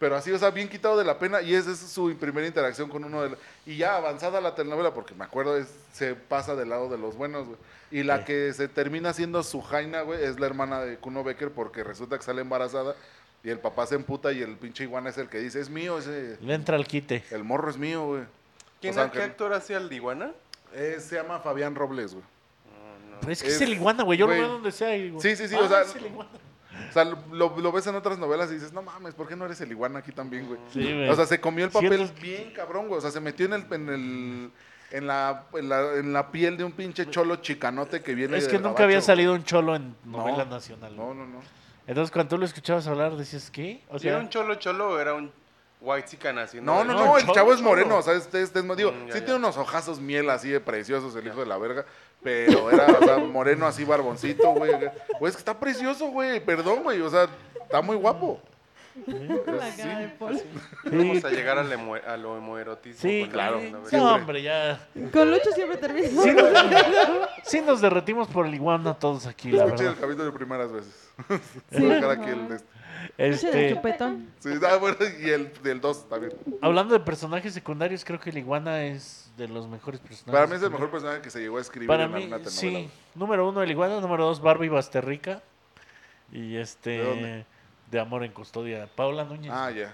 S2: Pero así, o sea, bien quitado de la pena. Y esa es su primera interacción con uno de la- Y ya avanzada la telenovela, porque me acuerdo, es- se pasa del lado de los buenos, güey. Y la
S1: Sí.
S2: que se termina siendo su jaina, güey, es la hermana de Kuno Becker, porque resulta que sale embarazada. Y el papá se emputa y el pinche iguana es el que dice, es mío, ese...
S1: Le entra al quite.
S2: El morro es mío, güey.
S4: ¿Quién,
S2: O sea,
S4: ¿Qué
S2: que-
S4: actor hacía al iguana?
S2: Eh, se llama Fabián Robles, güey.
S1: Pero es que es,
S2: Es-
S1: el iguana, güey. Yo lo
S2: güey.
S1: veo donde sea. y digo,
S2: Sí, sí, sí,
S1: "Ah,
S2: o sea,
S1: es el iguana".
S2: O sea, lo, lo ves en otras novelas y dices, no mames, ¿por qué no eres el iguana aquí también, güey?
S1: Sí, güey.
S2: O sea, se comió el papel
S1: Cierto.
S2: bien cabrón, güey. O sea, se metió en el... En el en la, en, la, en la piel de un pinche cholo chicanote que viene
S1: es
S2: del
S1: que nunca
S2: gabacho,
S1: había
S2: güey.
S1: salido un cholo en
S2: No,
S1: novela nacional. güey.
S2: No, no, no.
S1: Entonces, cuando tú lo escuchabas hablar, decías, ¿qué? O
S4: ¿Y ¿Era
S1: sea,
S4: un cholo cholo o era un white chican así?
S2: No, no,
S1: no,
S2: no,
S1: el
S2: el
S1: chavo
S2: chavo
S1: es
S2: es
S1: cholo.
S2: moreno, o sea, este es, desmo- digo,
S4: Mm, ya,
S2: sí
S4: ya.
S2: tiene unos ojazos miel así de preciosos el hijo de la verga, pero era, o sea, moreno así barboncito, güey. Güey, es que está precioso, güey, perdón, güey, o sea, está muy guapo.
S3: La cara de Paul.
S4: Vamos a llegar al emo- a lo homoerotismo.
S1: sí,
S4: con la
S1: claro.
S4: novela.
S1: No,
S2: siempre.
S1: hombre, ya.
S3: Con Lucho siempre termino.
S1: Sí nos, sí nos derretimos por el iguana todos aquí, la
S2: Escuché el
S1: verdad.
S2: capítulo de primeras veces.
S3: Sí,
S2: Voy a dejar
S3: por
S2: aquí el
S3: favor.
S2: de este.
S3: Lucho del
S1: Este,
S3: chupetón.
S2: Sí, ah, bueno, y el del 2 también.
S1: hablando de personajes secundarios, creo que el iguana es de los mejores personajes.
S2: Para mí es el
S1: secundarios.
S2: mejor personaje que se llegó a escribir
S1: Para
S2: en
S1: mí,
S2: alguna telenovela.
S1: sí. Número uno, el iguana. Número dos, Barbie Basterrica. Y este.
S2: ¿De dónde?
S1: de Amor en Custodia, Paula Núñez.
S2: Ah, ya.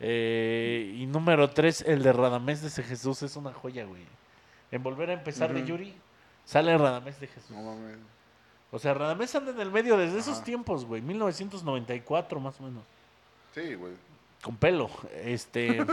S1: Eh, y número tres, el de Radamés de Jesús. Es una joya, güey. En Volver a Empezar de
S2: Ujú.
S1: Yuri, sale Radamés de Jesús.
S2: No mames.
S1: O sea, Radamés anda en el medio desde esos
S2: Ajá.
S1: tiempos, güey. 1994, más o menos.
S2: Sí, güey.
S1: Con pelo. Este.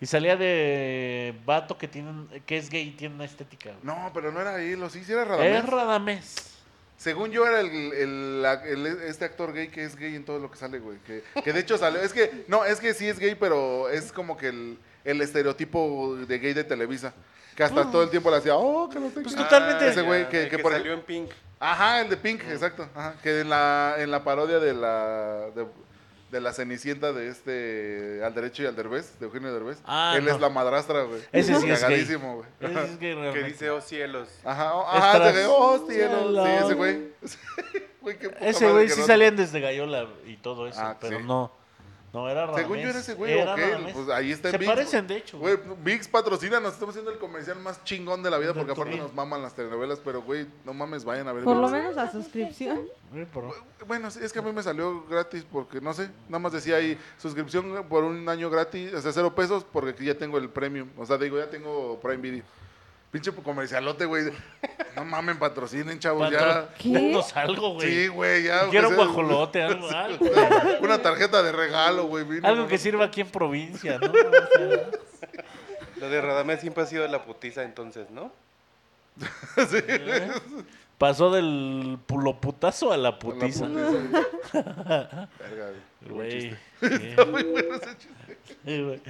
S1: y salía de vato que, tiene, un- que es gay y tiene una estética, güey.
S2: No, pero no era ahí, lo sí, sí era
S1: es
S2: Radamés.
S1: Radamés.
S2: Según yo era el, el- la- el- este actor gay que es gay en todo lo que sale, güey. Que, que de hecho salió. Es que, no, es que sí es gay, pero es como que el, el estereotipo de gay de Televisa. Que hasta todo el tiempo le hacía, oh, que no te
S1: Ah. Pues
S2: quiero".
S1: totalmente-
S2: Ese güey
S4: ya,
S2: que-
S4: Ah, el
S2: que por-
S4: salió en Pink.
S2: Ajá, el de Pink, exacto. Ajá, que en la, en la parodia de la, de, de la Cenicienta de este Al Derecho y al Derbez, de Eugenio Derbez.
S1: Ah,
S2: él
S1: no.
S2: es la madrastra, güey.
S1: Ese sí es gay.
S2: Cagadísimo, güey.
S1: Ese es gay
S4: Que
S1: realmente.
S4: dice, oh cielos.
S2: Ajá, oh, ajá, ese
S1: Estras-
S2: güey. Oh, cielo. Sí, ese
S1: Cielo.
S2: güey. Güey, qué puta
S1: Ese
S2: madre
S1: güey
S2: que
S1: sí
S2: no-
S1: salían desde Gallola y todo eso,
S2: Ah,
S1: pero
S2: sí.
S1: no. No, era Radamés.
S2: Según yo era ese güey, ¿o qué?
S1: Radamés.
S2: Pues ahí está en
S1: Se
S2: Vix,
S1: parecen, de hecho.
S2: Güey, Vix patrocina, nos estamos haciendo el comercial más chingón de la vida
S1: Del
S2: porque aparte
S1: torneo.
S2: nos maman las telenovelas, pero güey, no mames, vayan a ver.
S3: Por lo
S2: Vix.
S3: menos la suscripción.
S1: Güey, pero-
S2: Pues Bueno, sí, es que a mí me salió gratis porque no sé, nada más decía ahí suscripción por un año gratis, o sea, cero pesos porque ya tengo el premium, o sea, digo, ya tengo Prime Video. Pinche comercialote, güey. No mamen, patrocinen, chavos, ya.
S1: Patro-
S3: ¿Qué?
S1: Danos algo, güey.
S2: Sí, güey, ya.
S1: Quiero
S2: aunque sea-
S1: guajolote, algo, algo. güey.
S2: Una tarjeta de regalo, güey. vino,
S1: Algo
S2: no
S1: que
S2: mames.
S1: sirva aquí en provincia, ¿no? O sea,
S4: Lo de Radamés siempre ha sido la putiza entonces, ¿no?
S1: ¿eh? Pasó del puloputazo a la putiza.
S2: La putiza. Verga, güey. Buen
S1: Güey,
S2: chiste.
S1: sí,
S2: Está muy bueno ese chiste.
S1: sí, güey.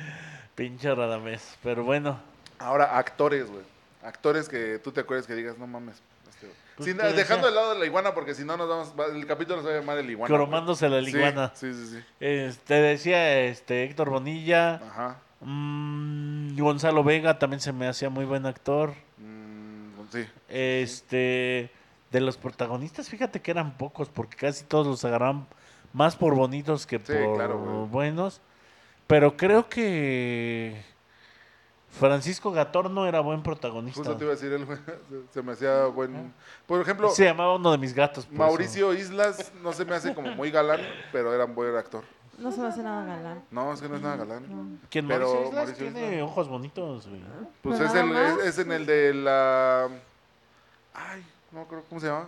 S1: Pinche Radamés. Pero bueno,
S2: Ahora, actores, güey. Actores que tú te acuerdes que digas, no mames. este güey".
S1: Pues
S2: Sin-
S1: te decía.
S2: dejando de lado la iguana, porque si no nos vamos. va- El capítulo se va a llamar el iguana. güey.
S1: cromándose la liguana.
S2: Sí, sí, sí. sí.
S1: Este, decía este Héctor Bonilla,
S2: Ajá.
S1: mm, Gonzalo Vega también se me hacía muy buen actor.
S2: Mm, sí.
S1: Este, de los protagonistas, fíjate que eran pocos, porque casi todos los agarraban más por bonitos que
S2: Sí,
S1: por
S2: claro, güey.
S1: buenos. Pero creo que Francisco Gatorno era buen protagonista.
S2: Justo te iba a decir, él, güey, se- se me hacía buen. Por ejemplo,
S1: Se llamaba uno de mis gatos. por eso.
S2: Mauricio Islas no se me hace como muy galán, pero era un buen actor.
S3: No se me hace nada galán.
S2: No, es que no es nada galán.
S3: No.
S1: Quien
S2: pero
S1: Mauricio Islas
S2: Mauricio
S1: tiene
S2: Islas.
S1: ojos bonitos, güey.
S2: Pues
S3: Pero
S2: es,
S3: nada
S2: el,
S3: más.
S2: es, es en el de la. Ay, no creo, ¿cómo se llama?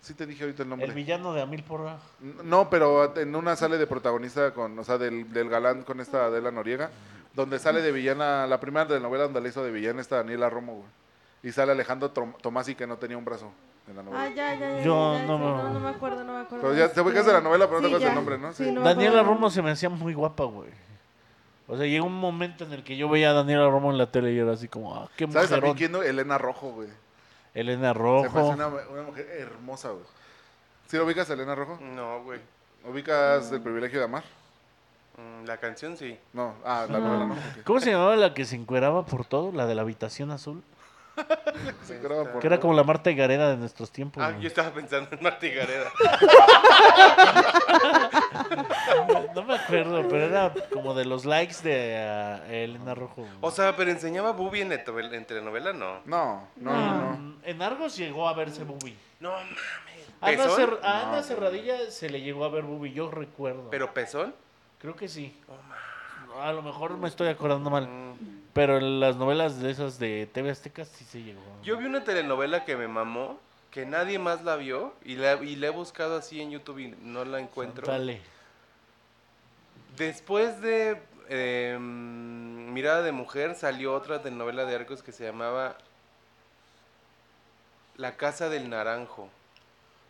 S2: Sí te dije ahorita el nombre.
S1: El villano de Amil Porra.
S2: No, pero en una sale de protagonista con, o sea, del, del galán con esta Adela Noriega, donde sale de villana, la primera de novela donde le hizo de villana está Daniela Romo, güey. Y sale Alejandro Trom- Tomasi que no tenía un brazo en la novela.
S3: Ah, ya, ya, ya.
S1: Yo
S3: ya, ya,
S1: no
S3: sí,
S1: me-
S3: no, no me acuerdo, no me acuerdo.
S2: Pero ya te ubicas de la novela, pero no te
S3: Sí,
S2: acuerdas del
S3: ya.
S2: nombre, ¿no? Sí.
S3: no me
S1: Daniela
S3: acuerdo.
S1: Romo se me hacía muy guapa, güey. O sea, llegó un momento en el que yo veía a Daniela Romo en la tele y era así como, ah, qué
S2: ¿Sabes a mí
S1: mujerón.
S2: quién? no? Elena Rojo, güey.
S1: Elena
S2: Se me hace
S1: Rojo.
S2: una, una mujer hermosa, güey. ¿Sí lo ubicas a Elena Rojo?
S4: No, güey.
S2: ¿Ubicas El privilegio de amar?
S4: Mm, La canción sí.
S2: No, ah, la
S3: No.
S2: novela no. ok.
S1: ¿Cómo se llamaba la que se encueraba por todo? La de la habitación azul.
S2: Sí, que era por-
S1: Que era como la Marta Higareda de nuestros tiempos.
S4: Ah,
S1: güey.
S4: yo estaba pensando en Martí Gareda.
S1: No me acuerdo, pero era como de los likes de ah, Elena Rojo. güey.
S4: O sea, pero enseñaba Bubi en, la tovel- en telenovela, no.
S2: No, no, no, no.
S1: Mm, En Argos llegó a verse Bubi.
S4: No mames.
S1: A Ana,
S4: ¿Pezón?
S1: Cer- a Ana
S2: Ah, No.
S1: Cerradilla se le llegó a ver Bubi, yo recuerdo.
S4: ¿Pero pezón?
S1: Creo que sí. A lo mejor me estoy acordando mal.
S4: Mm.
S1: Pero en las novelas de esas de TV Azteca sí se llegó.
S4: Yo vi una telenovela que me mamó, que nadie más la vio, y la, y la he buscado así en YouTube y no la encuentro.
S1: Dale.
S4: Después de em, Mirada de Mujer salió otra telenovela de Arcos que se llamaba La Casa del Naranjo,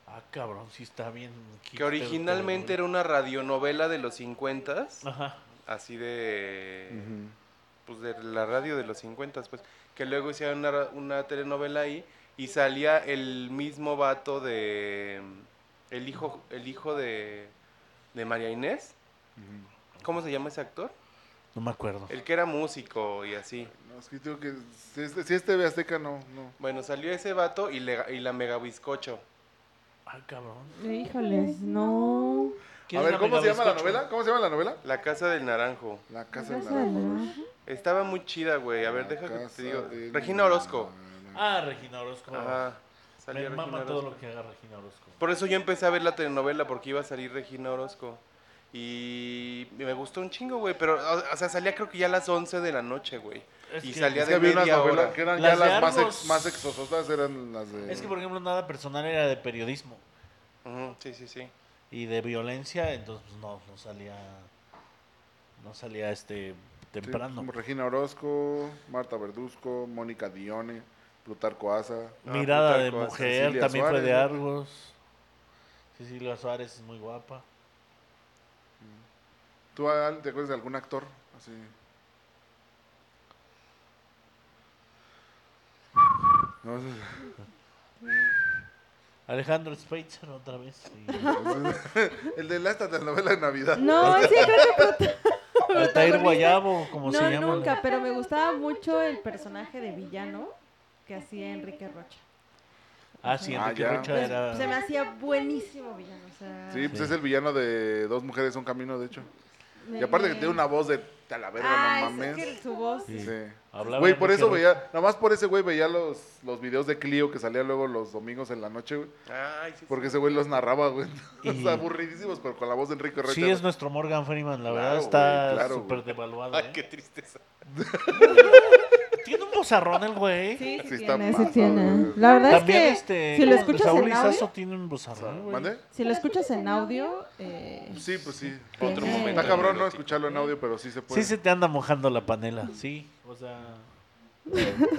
S1: Ah, cabrón, sí está bien.
S4: que originalmente era una radionovela de los 50
S1: Ajá.
S4: así de...
S2: Ujú.
S4: pues de la radio de los 50, pues, que luego hicieron una, ra- una telenovela ahí y salía el mismo vato de mm, el hijo el hijo de de María Inés. ¿Cómo se llama ese actor?
S1: No me acuerdo.
S4: El que era músico y así.
S2: No, es que digo que si es, si es TV Azteca, no, no.
S4: Bueno, salió ese vato y, le- y la mega bizcocho.
S1: Ah, cabrón.
S3: Híjoles, no.
S1: ¿Quién
S2: A
S1: es
S2: ver,
S1: la
S2: ¿cómo se llama la
S1: megabizcocho?
S2: novela? ¿Cómo se llama la novela?
S4: La casa del naranjo.
S2: La
S3: ¿Casa
S2: Casa de
S3: del
S2: la
S3: Naranjo?
S4: Estaba muy chida, güey. A ver,
S2: La
S4: deja que
S2: Casa
S4: te digo.
S2: del
S4: Regina Orozco.
S2: Naranjo.
S1: Ah, Regina Orozco.
S4: Ajá. Salió
S1: Me
S4: Regina
S1: mama todo
S4: Orozco.
S1: lo que haga Regina Orozco.
S4: Por eso yo empecé a ver la telenovela, porque iba a salir Regina Orozco. Y me gustó un chingo, güey. Pero, o, o sea, salía creo que ya a las 11 de la noche, güey.
S1: Es
S4: Y
S1: que-
S4: salía
S2: Es que
S4: de
S2: había unas
S4: media
S2: novelas
S4: hora.
S2: que eran
S1: Las
S2: ya
S1: de
S2: las más,
S1: Argos.
S2: ex- más exososas, eran las de...
S1: Es que, por ejemplo, nada personal era de periodismo
S4: Ujú, sí, sí, sí.
S1: y de violencia, entonces pues, no, no salía. No salía este
S2: Sí,
S1: temprano.
S2: como Regina Orozco, Marta Verduzco, Mónica Dione. Plutarco Asa.
S4: Ah,
S1: Mirada de
S4: Plutarco,
S1: mujer,
S2: Cecilia
S1: también
S2: Suárez,
S1: fue de
S2: ¿no?
S1: Argos. Cecilia Suárez es muy guapa.
S2: ¿Tú Al, te acuerdas de algún actor? Así. No, ese es-
S1: Alejandro Speitzer otra vez. sí.
S2: ese es- el de la esta telenovela de Navidad.
S3: No, sí, creo que prota-
S1: Altair
S3: protagonista.
S1: Guayabo, como se
S3: No,
S1: llama.
S3: nunca, pero me gustaba mucho el personaje de villano que hacía Enrique Rocha.
S1: Ah, sí,
S2: Ah,
S1: Enrique
S2: ya.
S1: Rocha
S3: Pues,
S1: era...
S3: Se me hacía buenísimo villano. O sea,
S2: Sí, pues
S1: Sí.
S2: es el villano de Dos Mujeres Un Camino, de hecho.
S3: me-
S2: Y aparte que
S3: me-
S2: tiene una voz de a la verga,
S3: Ah,
S2: no
S3: es
S2: mames.
S3: que su voz.
S1: Sí.
S2: Sí.
S1: Hablaba
S2: Güey, por
S1: Enrique
S2: eso
S1: Rocha.
S2: veía, nada más por ese güey veía los, los videos de Clio que salía luego los domingos en la noche, güey.
S4: Ay, sí, sí.
S2: Porque ese güey los narraba, güey.
S1: Y-
S2: Los aburridísimos, pero con la voz de Enrique Rocha.
S1: Sí, es nuestro Morgan Freeman, la verdad
S2: Claro,
S1: está
S2: güey, claro,
S1: súper
S2: güey.
S1: devaluado.
S4: Ay,
S1: ¿eh?
S4: qué tristeza.
S1: Tiene un bozarrón el güey.
S3: Sí,
S2: Sí
S3: sí,
S2: está
S3: tiene, sí
S2: pasado,
S3: tiene.
S2: güey.
S3: La verdad es
S1: También
S3: que
S1: este,
S3: si lo
S1: ¿cómo se-
S3: escuchas
S1: Saúl
S3: en audio,
S1: Lizazo tiene un bozarrón, güey.
S2: ¿Mande?
S3: si lo escuchas en audio, eh,
S2: Sí, pues sí.
S3: Otro momento
S2: Está cabrón, ¿no?
S4: erótico.
S2: Escucharlo en audio, pero sí se puede.
S1: Sí se te anda mojando la panela, sí, o sea...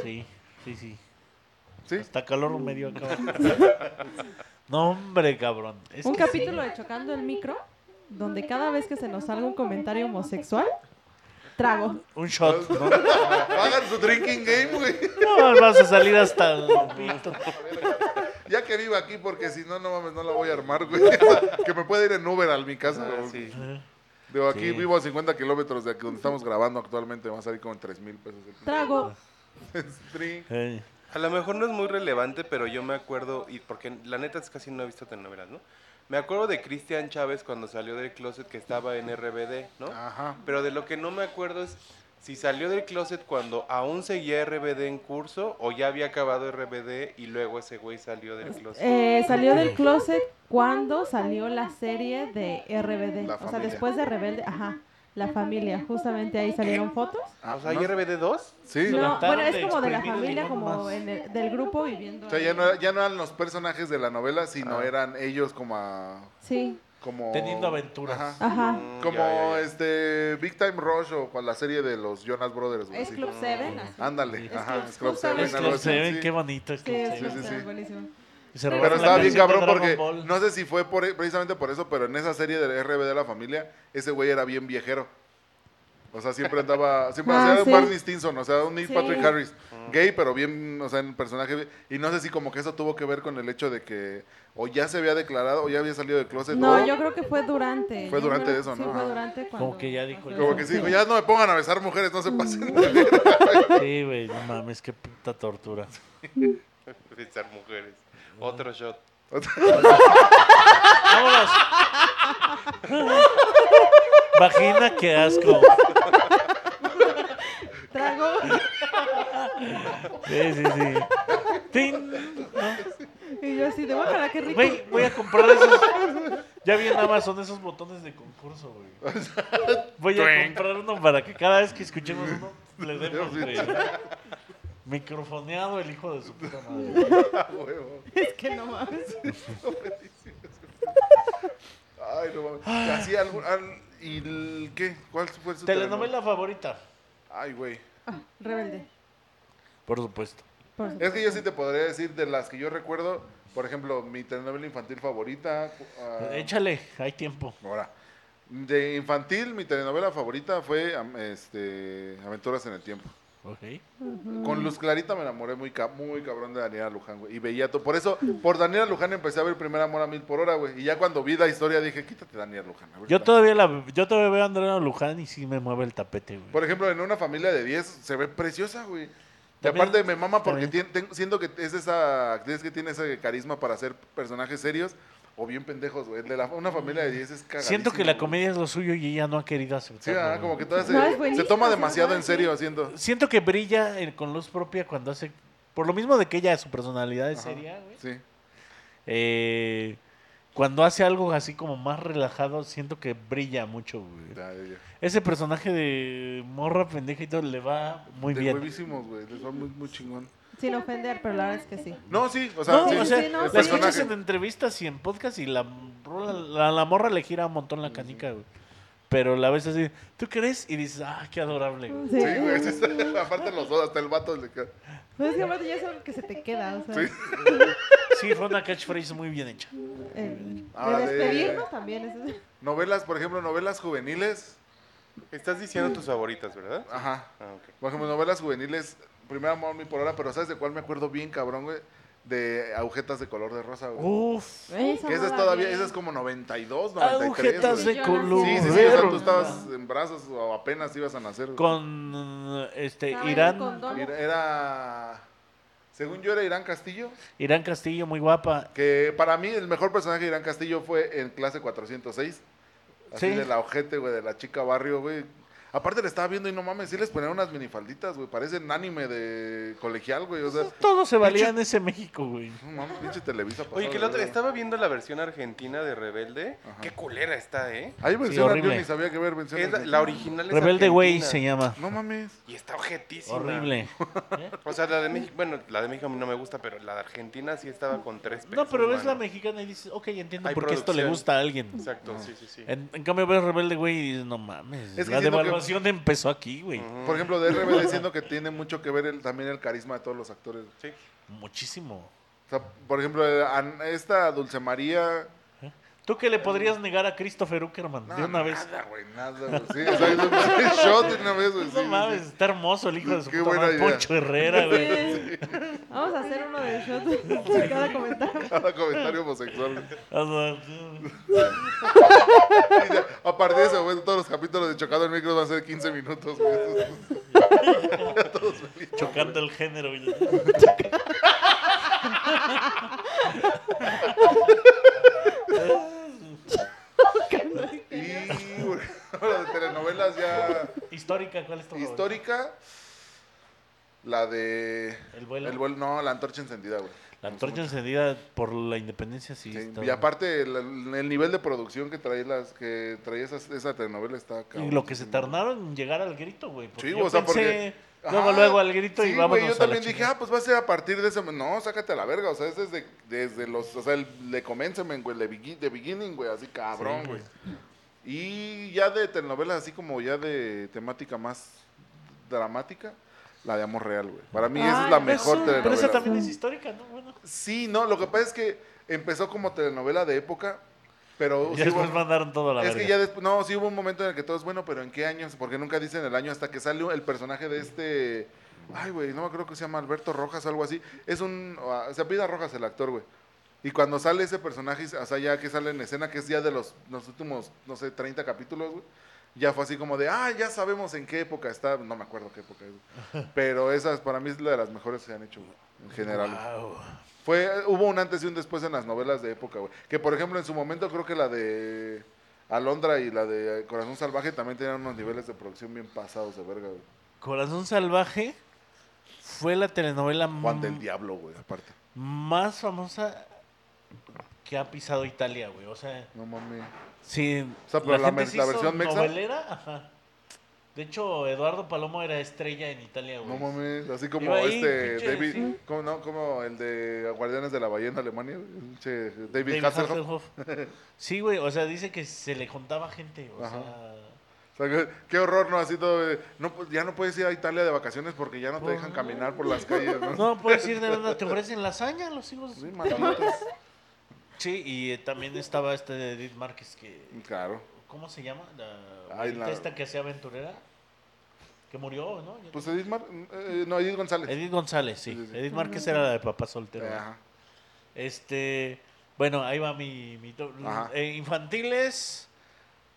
S1: Sí, sí, sí.
S2: ¿Sí?
S1: Hasta calor medio acá. abajo. no, hombre, cabrón. es
S3: un
S1: que sí.
S3: capítulo de Chocando el Micro, donde cada vez que se nos salga un comentario homosexual, trago.
S1: Un shot, ¿no?
S2: Hagan su drinking game, güey.
S1: No, vas a salir hasta el pito.
S2: Ya que viva aquí, porque si no, no mames, no la voy a armar, güey. O sea, que me pueda ir en Uber a mi casa.
S4: Ah,
S2: güey.
S4: sí.
S2: Digo, aquí
S1: Sí.
S2: vivo a 50 kilómetros de aquí donde estamos grabando actualmente. Vamos a salir con 3 mil pesos.
S3: Trago.
S2: Es drink.
S1: Eh,
S4: A lo mejor no es muy relevante, pero yo me acuerdo, y porque la neta es casi no he visto telenovelas, ¿no? Me acuerdo de Cristian Chávez cuando salió del closet que estaba en RBD, ¿no?
S2: Ajá.
S4: Pero de lo que no me acuerdo es si salió del closet cuando aún seguía RBD en curso o ya había acabado RBD y luego ese güey salió del closet.
S3: Eh, salió del closet cuando salió la serie de RBD.
S2: La
S3: o sea,
S2: familia.
S3: después de Rebelde, ajá, la familia. Justamente ahí salieron fotos.
S2: Ah,
S4: o sea,
S2: ¿no?
S4: ¿hay RBD 2?
S2: Sí.
S3: No,
S1: levantaron
S3: bueno, es
S1: de
S3: como de la
S1: exprimir el
S3: familia,
S1: limón
S3: como
S1: más.
S3: en el- del grupo viviendo.
S2: O sea,
S3: ahí.
S2: ya no, ya no eran los personajes de la novela, sino
S4: Ah.
S2: eran ellos como... a-
S3: Sí,
S2: como...
S1: Teniendo aventuras.
S2: Oh, Ajá.
S3: ajá.
S4: Mm,
S2: Como
S4: ya, ya, ya.
S2: este Big Time Rush o con la serie de los Jonas Brothers. güey,
S3: Es
S2: sí.
S3: Club Seven, así.
S2: Ándale,
S3: Es
S2: ajá,
S3: Club-
S2: es Club Seven,
S3: justamente.
S1: es
S3: Es
S2: algo
S1: Club
S2: así,
S1: Seven,
S2: sí.
S1: qué bonito es
S3: Sí,
S1: Club
S3: es
S1: Seven.
S3: Club
S2: sí, sí.
S3: Seven, buenísimo.
S1: Y se robaron
S2: Pero
S1: la
S2: estaba bien
S1: canción de
S2: cabrón
S1: Dragon
S2: porque
S1: Ball.
S2: no sé si fue por, e, precisamente por eso, pero en esa serie de RBD de la familia, ese güey era bien viejero. O sea, siempre andaba, siempre
S3: Ah,
S2: hacía un
S3: sí.
S2: Barney Stinson, o sea, un Neil
S3: Sí.
S2: Patrick Harris, gay, pero bien, o sea, en personaje. Y no sé si como que eso tuvo que ver con el hecho de que o ya se había declarado o ya había salido del closet.
S3: No,
S2: o-
S3: yo creo que fue durante.
S2: Fue
S3: Yo
S2: durante
S3: creo que
S2: eso,
S3: sí,
S2: ¿no?
S3: fue
S2: Ajá.
S3: durante
S1: Como
S3: cuando
S1: que ya dijo
S3: pasó
S1: yo.
S2: Como que sí, dijo, ya no me pongan a besar mujeres, no se pasen.
S1: Sí, güey, no mames, qué puta tortura.
S4: Besar mujeres. Otro shot.
S1: ¡Vámonos! Vagina, qué asco.
S3: Trago.
S1: Sí, sí, sí. ¡Tin! ¿No?
S3: Y yo así, de guacala, qué rico.
S1: Güey, voy a comprar esos. Ya vi en Amazon esos botones de concurso, güey. Voy a comprar uno para que cada vez que escuchemos uno le demos, güey. Microfoneado el hijo de su puta madre.
S2: Ah,
S3: Es que no mames.
S2: Ay, no mames. Y Así algún- al- ¿Y el qué? ¿Cuál fue su
S1: Telenovela favorita.
S2: Ay, güey.
S3: Rebelde.
S1: Por supuesto.
S3: Por
S2: Es que
S3: supuesto.
S2: yo sí te podría decir de las que yo recuerdo, por ejemplo, mi telenovela infantil favorita. cu- ah,
S1: Eh, Échale, hay tiempo.
S2: Ahora. De infantil, mi telenovela favorita fue am- este, Aventuras en el Tiempo.
S1: Ok.
S2: Con Luz Clarita me enamoré muy, ca- muy cabrón de Daniela Luján, güey. Y veía todo. Por eso, por Daniela Luján empecé a ver Primer Amor a Mil por Hora, güey. Y ya cuando vi la historia dije, quítate Daniela Luján. ahorita".
S1: Yo todavía, la, yo todavía veo a Andrea Luján y sí me mueve el tapete, güey.
S2: Por ejemplo, en una familia de 10 se ve preciosa, güey. Y
S1: También-
S2: aparte me mama porque
S1: también.
S2: tien- ten- siento que es esa actriz que tiene ese carisma para hacer personajes serios o bien pendejos, güey. El de la- una familia de 10 es cagadísimo.
S1: Siento que la
S2: güey.
S1: comedia es lo suyo y ella no ha querido
S2: Sí,
S1: aceptarlo.
S2: ah,
S1: güey.
S2: como que todas se,
S3: No, es
S2: se
S3: buenísima,
S2: toma
S3: sí,
S2: demasiado
S3: ajá,
S2: en
S3: sí.
S2: serio haciendo.
S1: Siento que brilla eh, con luz propia cuando hace... Por lo mismo de que ella, su personalidad es
S2: Ajá,
S1: seria, güey.
S2: Sí.
S1: Eh, cuando hace algo así como más relajado, siento que brilla mucho, güey.
S2: Ya, ya, ya.
S1: Ese personaje de morra pendeja y todo le va muy
S2: De
S1: bien.
S2: huevísimos, güey. Les va muy, muy chingón.
S3: Sin ofender, pero la verdad es que sí.
S2: No, sí, o sea,
S1: No,
S2: sí,
S1: o sea,
S3: sí, no,
S2: el
S3: sí.
S1: la escuchas
S2: personaje.
S1: en entrevistas y en podcast y la, rola- la, la morra le gira un montón la canica, güey. pero la ves así, ¿tú crees? Y dices, ah, qué adorable. güey.
S3: Sí.
S2: Sí, güey. sí. Aparte los dos, hasta el vato le queda.
S3: Pero es que aparte ya es algo que se te queda, o sea.
S2: Sí.
S1: Sí, fue una catchphrase muy bien hecha.
S3: eh,
S2: Ahora
S3: de
S2: Ah, de-
S3: despedirnos también. eso es-
S2: Novelas, por ejemplo, novelas juveniles.
S4: Estás diciendo tus favoritas, ¿verdad?
S2: Ajá.
S4: Ah, ok.
S2: Por ejemplo, novelas juveniles. Primero amor mil por hora, pero ¿sabes de cuál me acuerdo bien, cabrón, güey? De agujetas de color de rosa,
S1: Oh,
S2: güey.
S1: Uf.
S3: ¿Eh?
S2: que esa es
S3: no la
S2: todavía,
S3: vi.
S2: esa es como 92, 93.
S1: Agujetas
S2: güey.
S1: de
S3: Sí, yo
S1: color.
S2: Sí, sí, sí. O sea, tú
S1: verde.
S2: estabas en brazos o apenas ibas a nacer. güey.
S1: Con este
S3: Estaba en un
S1: Irán,
S3: condón.
S2: Era- Era. Según yo, era Irán Castillo.
S1: Irán Castillo, muy guapa.
S2: Que para mí el mejor personaje de Irán Castillo fue en clase 406. Así
S1: Sí.
S2: de la ojete, güey, de la chica barrio, güey. Aparte le estaba viendo y no mames, sí les ponían unas minifalditas, güey. Parecen anime de colegial, güey. O sea,
S1: Todo se valía en ese México, güey.
S2: no mames, pinche Televisa.
S4: Oye,
S2: pasado
S4: que
S2: de
S4: la otra,
S2: verga.
S4: estaba viendo la versión argentina de Rebelde.
S2: Ajá.
S4: Qué culera está, ¿eh?
S2: Ahí mencionan, yo
S1: horrible.
S2: ni sabía que ver
S4: Es
S2: mencionan.
S4: la, la original es
S1: Rebelde Güey
S4: argentina.
S1: se llama.
S2: No mames.
S4: Y está objetísima.
S1: Horrible.
S4: O sea, la de México, bueno, la de México a mí no me gusta, pero la de Argentina sí estaba con tres pesos.
S1: No, pero ves la
S4: mano.
S1: mexicana y dices, ok, entiendo
S4: Hay
S1: por qué esto le
S4: producción.
S1: gusta a alguien.
S4: Exacto, sí, sí, sí.
S1: En, en cambio ves Rebelde Güey y dices, no mames.
S2: Es que
S1: la
S2: siento que-
S1: devaluación empezó aquí, güey.
S4: Ujú.
S2: Por ejemplo, de RBD diciendo que tiene mucho que ver el- también el carisma de todos los actores.
S4: Sí.
S1: Muchísimo.
S2: O sea, por ejemplo, a- esta Dulce María.
S1: ¿Tú qué le podrías negar a Christopher Uckerman de
S2: Eh, No,
S1: una vez?
S2: Nada, güey, nada, güey. Sí, o sea, un shot de una vez, güey. sí,
S1: No
S2: sí,
S1: mames, está hermoso el hijo de su
S2: Qué
S1: puta
S2: buena
S1: madre,
S2: idea.
S1: Poncho Herrera, güey.
S3: Sí. Vamos a hacer uno de shots por cada comentario.
S2: sí. Cada comentario homosexual. güey.
S1: O sea,
S2: A partir de ese momento, todos los capítulos de Chocando el Micro van a ser 15 minutos. güey.
S1: Chocando el género. güey.
S2: Y, güey, ahora de telenovelas ya
S1: Histórica, ¿cuál es tu favorita?
S2: histórica. La de.
S1: El vuelo.
S2: El vuelo- No, la antorcha encendida, güey.
S1: La antorcha encendida por la independencia, sí.
S2: Sí,
S1: está-
S2: y aparte, el, el nivel de producción que trae, las, que trae esas- esa telenovela está cabrón.
S1: Y lo que se tardaron en llegar al grito, güey. porque
S2: Sí,
S1: yo
S2: o sea,
S1: pensé,
S2: porque-
S1: Luego,
S2: Ajá,
S1: luego al grito
S2: sí,
S1: y
S2: güey,
S1: vámonos
S2: Yo
S1: a
S2: también
S1: la
S2: dije,
S1: chingada.
S2: ah, pues va a ser a partir de ese. mo- No, sácate a la verga. O sea, es desde, desde los. O sea, el, le comencen, güey. Le begin- de beginning, güey. Así cabrón,
S1: Sí,
S2: güey.
S1: güey.
S2: Y ya de telenovelas, así como ya de temática más dramática, la de Amor Real, güey. Para mí "Ah, esa es la
S3: Ay,
S2: mejor
S1: Ah, Eso-
S2: telenovela.
S1: Pero esa
S2: güey.
S1: también es histórica, ¿no? Bueno.
S2: Sí, no, lo que pasa es que empezó como telenovela de época, pero.
S1: Y
S2: sí
S1: después
S2: hubo-
S1: mandaron todo a la
S2: es
S1: verga.
S2: que ya después, no, sí hubo un momento en el que todo es bueno, pero ¿en qué años? Porque nunca dicen el año hasta que sale el personaje de este, ay, güey, no me acuerdo que se llama Alberto Rojas o algo así. Es un, ah, se apida Rojas el actor, güey. Y cuando sale ese personaje, o sea, ya que sale en escena, que es ya de los, los últimos, no sé, 30 capítulos, güey, ya fue así como de, ah, ya sabemos en qué época está, no me acuerdo qué época es, güey. pero esas para mí es la de las mejores que se han hecho, güey, en general. güey.
S1: Guau.
S2: Fue, hubo un antes y un después en las novelas de época, güey. Que por ejemplo en su momento creo que la de Alondra y la de Corazón Salvaje también tenían unos niveles de producción bien pasados de verga, güey.
S1: Corazón Salvaje fue la telenovela
S2: Juan
S1: m-
S2: del Diablo, güey, aparte.
S1: más famosa que ha pisado Italia, güey. O sea,
S2: No mames.
S1: sí.
S2: O sea, pero la
S1: gente
S2: mer-
S1: se
S2: la
S1: hizo
S2: versión mexa.
S1: novelera, ajá. De hecho, Eduardo Palomo era estrella en Italia,
S2: No
S1: güey.
S2: mames. Así como
S1: Iba ahí,
S2: este
S1: pinche,
S2: David,
S1: sí.
S2: ¿cómo no? Como el de Guardianes de la Ballena Alemania, güey. Pinche David,
S1: David
S2: Hasselhoff.
S1: Hasselhoff. Sí, güey, o sea, dice que se le juntaba gente, o
S2: Ajá.
S1: sea...
S2: O sea, qué- qué horror, ¿no? Así todo. eh, No, pues, ya no puedes ir a Italia de vacaciones porque ya no te
S1: Por-
S2: dejan caminar por las calles, ¿no?
S1: No, puedes ir de verdad, te ofrecen lasaña los hijos.
S2: Sí,
S1: Sí,
S2: malotes.
S1: y eh, también estaba este de Edith Márquez que...
S2: Claro.
S1: ¿Cómo se llama? La
S2: Ay,
S1: güerita
S2: la-
S1: esta que hacía aventurera. Que murió, ¿no? Ya-
S2: Pues Edith Mar- eh, no, Edith González.
S1: Edith González, sí.
S2: Sí, sí, sí.
S1: Edith Márquez era la de papá soltero.
S2: Ajá.
S1: Este, bueno, ahí va mi, mi to-
S2: Ajá.
S1: eh, infantiles.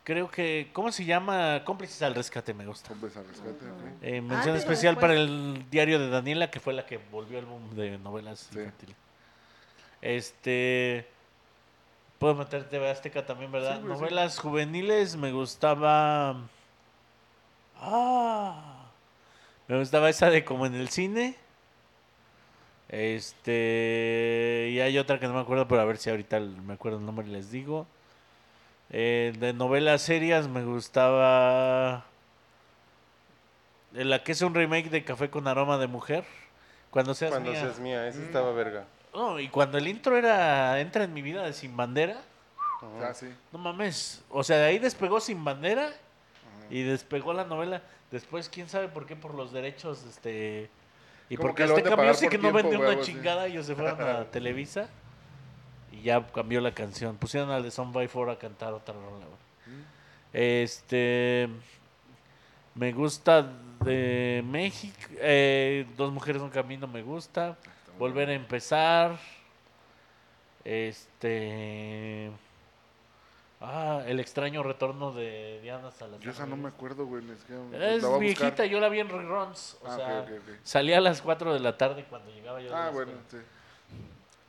S1: Creo que ¿cómo se llama? Cómplices al rescate me gusta.
S2: Hombres al rescate, ok.
S1: Eh,
S3: Antes
S1: mención
S3: o
S1: especial
S3: después.
S1: para el diario de Daniela, que fue la que volvió al boom de novelas
S2: Sí.
S1: infantiles. Este. Puedo meter TV Azteca también, ¿verdad?
S2: Sí, güey, sí.
S1: novelas juveniles me gustaba. Ah. Me gustaba esa de como en el cine. Este. Y hay otra que no me acuerdo, pero a ver si ahorita l- me acuerdo el nombre y les digo. Eh, de novelas serias me gustaba. de La que es un remake de Café con Aroma de Mujer. Cuando seas
S4: Cuando
S1: mía. Mm.
S4: seas mía, esa estaba verga.
S1: No, y cuando el intro era Entra en mi vida de sin bandera.
S2: O sea, sí.
S1: No mames. O sea, de ahí despegó sin bandera y despegó la novela. Después, quién sabe por qué, por los derechos, este. Y
S2: Como
S1: porque
S2: que lo han
S1: este
S2: de pagar
S1: camión sí
S2: por
S1: que no
S2: tiempo,
S1: vendió
S2: güey,
S1: una
S2: algo así.
S1: chingada, ellos se fueron a Televisa y ya cambió la canción. Pusieron al de Son by Four a cantar otra rola, güey.
S2: Mm.
S1: Este. Me gusta de México. eh, Dos mujeres, un camino, me gusta. Volver a empezar. Este. Ah, el extraño retorno de Diana Salazar.
S2: Yo esa no me acuerdo, güey. ni siquiera-
S1: Es
S2: la voy a buscar.
S1: viejita, yo la vi en reruns. O
S2: Ah,
S1: sea,
S2: ok, ok, ok.
S1: salía a las 4 de la tarde cuando llegaba yo. de la
S2: Ah,
S1: escuela.
S2: bueno,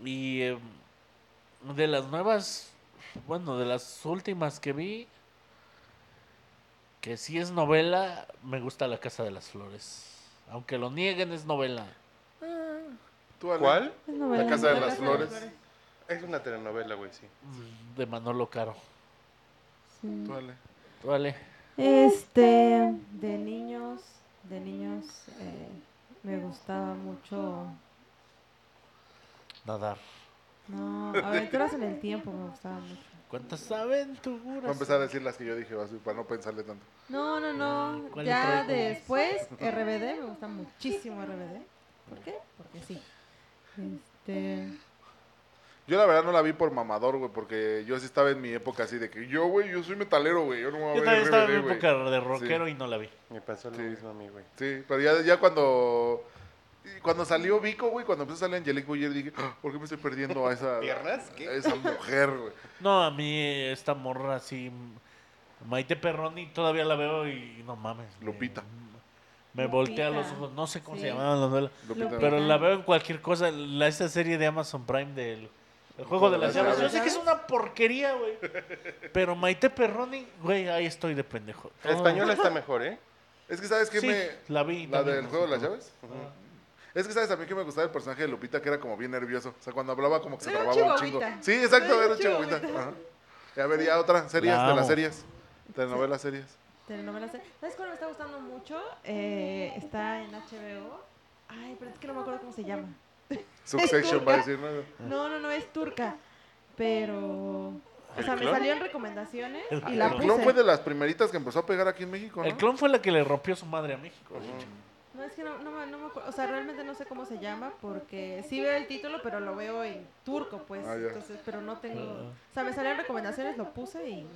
S2: sí.
S1: Y eh, de las nuevas, bueno, de las últimas que vi, que sí es novela, me gusta La Casa de las Flores. Aunque lo nieguen, es novela.
S2: ¿Tú, Ale?
S4: ¿Cuál?
S3: Es novela,
S2: Casa de
S3: ¿no?
S2: las Flores.
S4: Es una telenovela, güey, sí.
S1: mm, De Manolo Caro.
S3: Sí.
S2: Tú, Ale.
S1: Pues Vale.
S3: Este, de niños, de niños, eh, me gustaba mucho.
S1: Nadar.
S3: No, aventuras en el tiempo me gustaba mucho.
S1: ¿Cuántas
S2: Voy a
S1: aventuras?
S2: empezar a decir las que yo dije, así, para no pensarle tanto.
S3: No, no,
S1: Mm,
S3: no.
S1: ¿cuál
S3: Ya
S1: traigo?
S3: después, RBD, me gusta muchísimo RBD. ¿Por qué? Porque sí. Este,
S2: Yo la verdad no la vi por mamador, güey, porque yo sí estaba en mi época así de que yo, güey, yo soy metalero, güey, yo no me voy a
S1: Yo
S2: ver
S1: también estaba en
S2: RBD,
S1: mi
S2: güey.
S1: época de rockero y no la vi.
S4: Me pasó lo
S2: Sí.
S4: mismo a mí, güey.
S2: Sí, pero ya, ya cuando y cuando salió Vico, güey, cuando empezó a salir Angelique Boyer, dije, "Ah, ¿por qué me estoy perdiendo a esa
S4: ¿Piernas? ¿Qué?
S2: a esa mujer, güey?
S1: No, a mí eh, esta morra así, m- Maite Perroni, todavía la veo y no mames. me-
S2: Lupita.
S1: Me, voltea
S3: Lupita,
S1: los ojos, no sé cómo se
S3: sí.
S1: llamaban las novelas.
S2: Lupita.
S3: Lupita.
S1: Pero la veo en cualquier cosa, la, esa serie de Amazon Prime del el juego de las llaves. Yo sé que es una porquería, güey. Pero Maite Perroni, güey, ahí estoy de pendejo.
S4: La española está mejor, ¿eh?
S2: Es que sabes que
S1: Sí,
S2: me
S1: la vi.
S2: la
S1: también,
S2: del
S1: no
S2: juego de
S1: sé
S2: las
S1: cómo.
S2: llaves. Es que sabes también que me gustaba el personaje de Lupita que era como bien nervioso, o sea, cuando hablaba como que se
S3: Era un
S2: trababa un chingo.
S3: chihuahuita.
S2: Sí, exacto,
S3: Era
S2: era
S3: un
S2: un chihuahuita.
S3: chihuahuita.
S2: Ajá. Y a ver, ya otra, series,
S1: La
S2: de las
S1: amo.
S2: series, telenovelas series.
S3: telenovelas. ¿Sabes cuál me está gustando mucho? Eh, está en HBO. Ay, pero es que no me acuerdo cómo se llama.
S2: Succession va a decir, ¿no?
S3: No, no, no, es turca. Pero. O
S4: ¿El
S3: sea, me
S4: clon?
S3: salió en recomendaciones y
S1: El
S3: la
S2: El clon
S3: puse.
S2: fue de las primeritas que empezó a pegar aquí en México, ¿no?
S1: El clon fue la que le rompió su madre a México. de hecho.
S3: No, es que no, no, me- no me acuerdo. O sea, realmente no sé cómo se llama porque sí veo el título, pero lo veo en turco, pues.
S2: Ah, ya.
S3: entonces, pero no tengo.
S1: Ah.
S3: O sea, me salieron recomendaciones, lo puse y.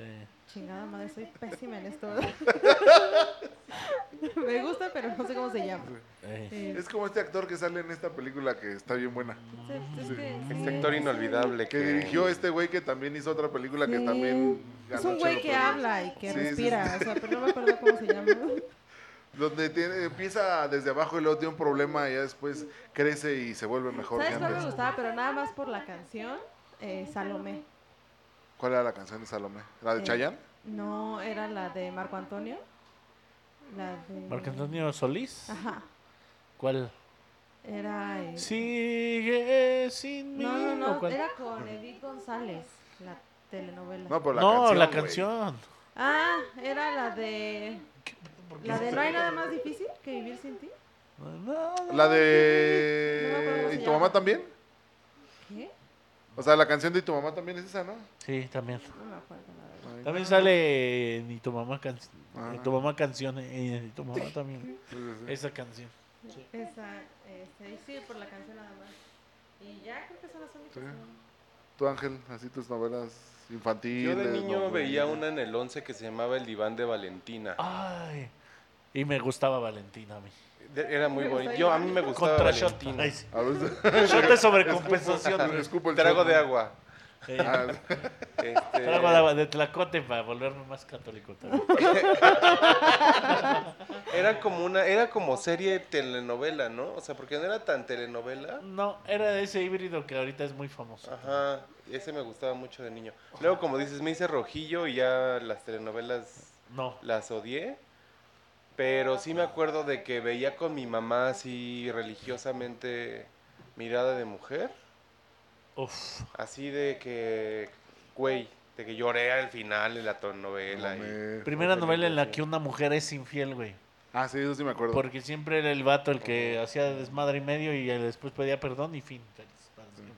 S1: Eh,
S3: Chingada madre, soy pésima en esto. me gusta, pero no sé cómo se llama.
S1: eh.
S3: Eh,
S2: Es como este actor que sale en esta película que está bien buena.
S3: entonces, es que sí,
S4: Este actor
S3: sí.
S4: inolvidable
S2: Que dirigió este güey que también hizo otra película que
S3: Sí.
S2: también
S3: Es
S2: ganó
S3: un güey
S2: chido
S3: que
S2: premios.
S3: habla y que
S2: Sí, sí,
S3: respira,
S2: sí.
S3: o sea, pero no me acuerdo cómo se llama.
S2: Donde tiene- empieza desde abajo y luego tiene un problema y ya después crece y se vuelve mejor que
S3: ¿Sabes cuál me
S2: antes.
S3: gustaba? Pero nada más por la canción, eh, Salomé.
S2: ¿Cuál era la canción de Salomé? ¿La de
S3: Eh,
S2: Chayanne?
S3: No, era la de Marco Antonio. La de...
S1: Marco Antonio Solís.
S3: Ajá.
S1: ¿Cuál?
S3: Era... eh,
S1: Sigue sin mí.
S3: No, no,
S1: ¿o
S3: no.
S1: cuál?
S3: Era con Edith González, la telenovela.
S2: No, pero la
S1: no,
S2: canción.
S1: la
S2: güey.
S1: canción.
S3: Ah, era la de... La de No hay nada más difícil que vivir sin ti.
S2: La
S3: No me acuerdo
S2: de.
S3: cómo se
S2: ¿Y tu
S3: llama.
S2: mamá también?
S3: ¿Qué?
S2: O sea, la canción de ¿Y tu mamá también es esa, ¿no?
S1: Sí, también.
S3: No me acuerdo, la verdad.
S2: Ay,
S1: También sale Ni tu mamá canción.
S2: Ah.
S1: Ni tu mamá canción. eh, Ni tu mamá también.
S2: sí, sí, sí.
S1: Esa canción.
S3: Esa, este, y sí, por la canción nada más. Y ya creo que son las únicas.
S2: Sí.
S3: ¿no?
S2: Tú, Ángel, así tus novelas infantiles.
S4: Yo de niño
S2: novelas.
S4: veía una en el 11 que se llamaba El diván de Valentina.
S1: Ah. Ay. Y me gustaba Valentina a mí.
S4: De- Era muy
S3: Me gusta
S4: bonito. Yo a mí me gustaba
S1: Contra Shot.
S4: Valentina.
S1: Ay, sí.
S2: A veces-
S1: Shot de sobrecompensación.
S2: Escupo- escupo el
S4: Trago
S2: shot.
S4: de agua.
S1: Sí.
S2: Ah,
S4: Este,
S1: Trago de agua Eh, de Tlacote para volverme más católico también.
S4: Era como una, era como serie telenovela, ¿no? O sea, porque no era tan telenovela.
S1: No, era de ese híbrido que ahorita es muy famoso.
S4: Ajá, ese me gustaba mucho de niño. Luego, como dices, me hice rojillo y ya las telenovelas
S1: No.
S4: las odié. Pero sí me acuerdo de que veía con mi mamá así religiosamente mirada de mujer.
S1: Uf.
S4: Así de que, güey, de que lloré al final de la telenovela. y-
S2: mames.
S1: Primera
S4: Ojalá
S1: novela en
S4: que
S1: la
S4: sí.
S1: que una mujer es infiel, güey.
S2: Ah, sí, eso sí me acuerdo.
S1: Porque siempre era el Ah, vato el que hacía desmadre y medio y él después pedía perdón y fin. feliz para siempre.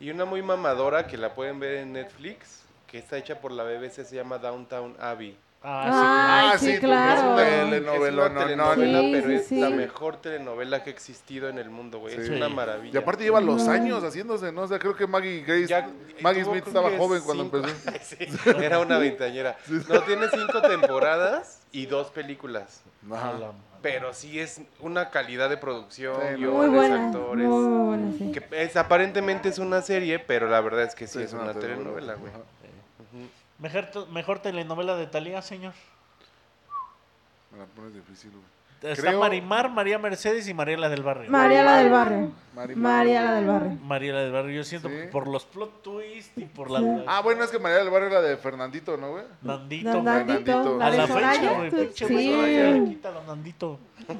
S4: Y una muy mamadora que la pueden ver en Netflix, que está hecha por la BBC, se llama Downtown Abbey.
S1: Ah,
S3: Ay, sí,
S2: pues,
S3: claro.
S2: Es un telenovela,
S4: es una
S2: no, no,
S4: telenovela,
S3: Sí,
S4: pero
S3: sí,
S4: es
S3: sí.
S4: la mejor telenovela que ha existido en el mundo, güey. Es
S1: Sí.
S4: una maravilla.
S2: Y aparte lleva los
S3: No.
S2: años haciéndose, ¿no? O sea, creo que Maggie Grace,
S4: Ya-
S2: Maggie
S4: tuvo
S2: Smith
S4: creo
S2: estaba
S4: que
S2: joven cuando
S4: cinco-
S2: empezó.
S4: Sí, era una veinteañera. No, tiene cinco temporadas y dos películas.
S1: sí. A
S2: Ajá.
S1: la-
S4: Pero sí es una calidad de producción,
S2: Sí, no.
S3: Muy
S4: guiones,
S3: buena. Muy,
S4: actores.
S3: muy buena, sí.
S4: Que es, aparentemente es una serie, pero la verdad es que sí, es una, telenovela, güey.
S2: Ajá.
S4: Ujú.
S1: Mejor, to- mejor telenovela de Talía, señor.
S2: Me la pones difícil, güey.
S1: Está
S2: Creo-
S1: Marimar, María Mercedes y Mariela del Barrio.
S3: Mariela del Barrio.
S2: Mari-
S3: Mariela del Barrio.
S1: Mariela del Barrio, yo siento
S2: Sí.
S1: que por los plot twist y por la
S2: Ah, bueno, es que María del Barrio era de Fernandito, ¿no, güey?
S1: Nandito.
S3: Don Nandito.
S2: Nandito.
S3: La
S1: a la
S3: de
S1: fecha,
S3: Soraya.
S1: güey,
S3: tú-
S1: pinche güey, Soraya le
S3: Sí.
S1: quita a don Nandito.
S3: sí,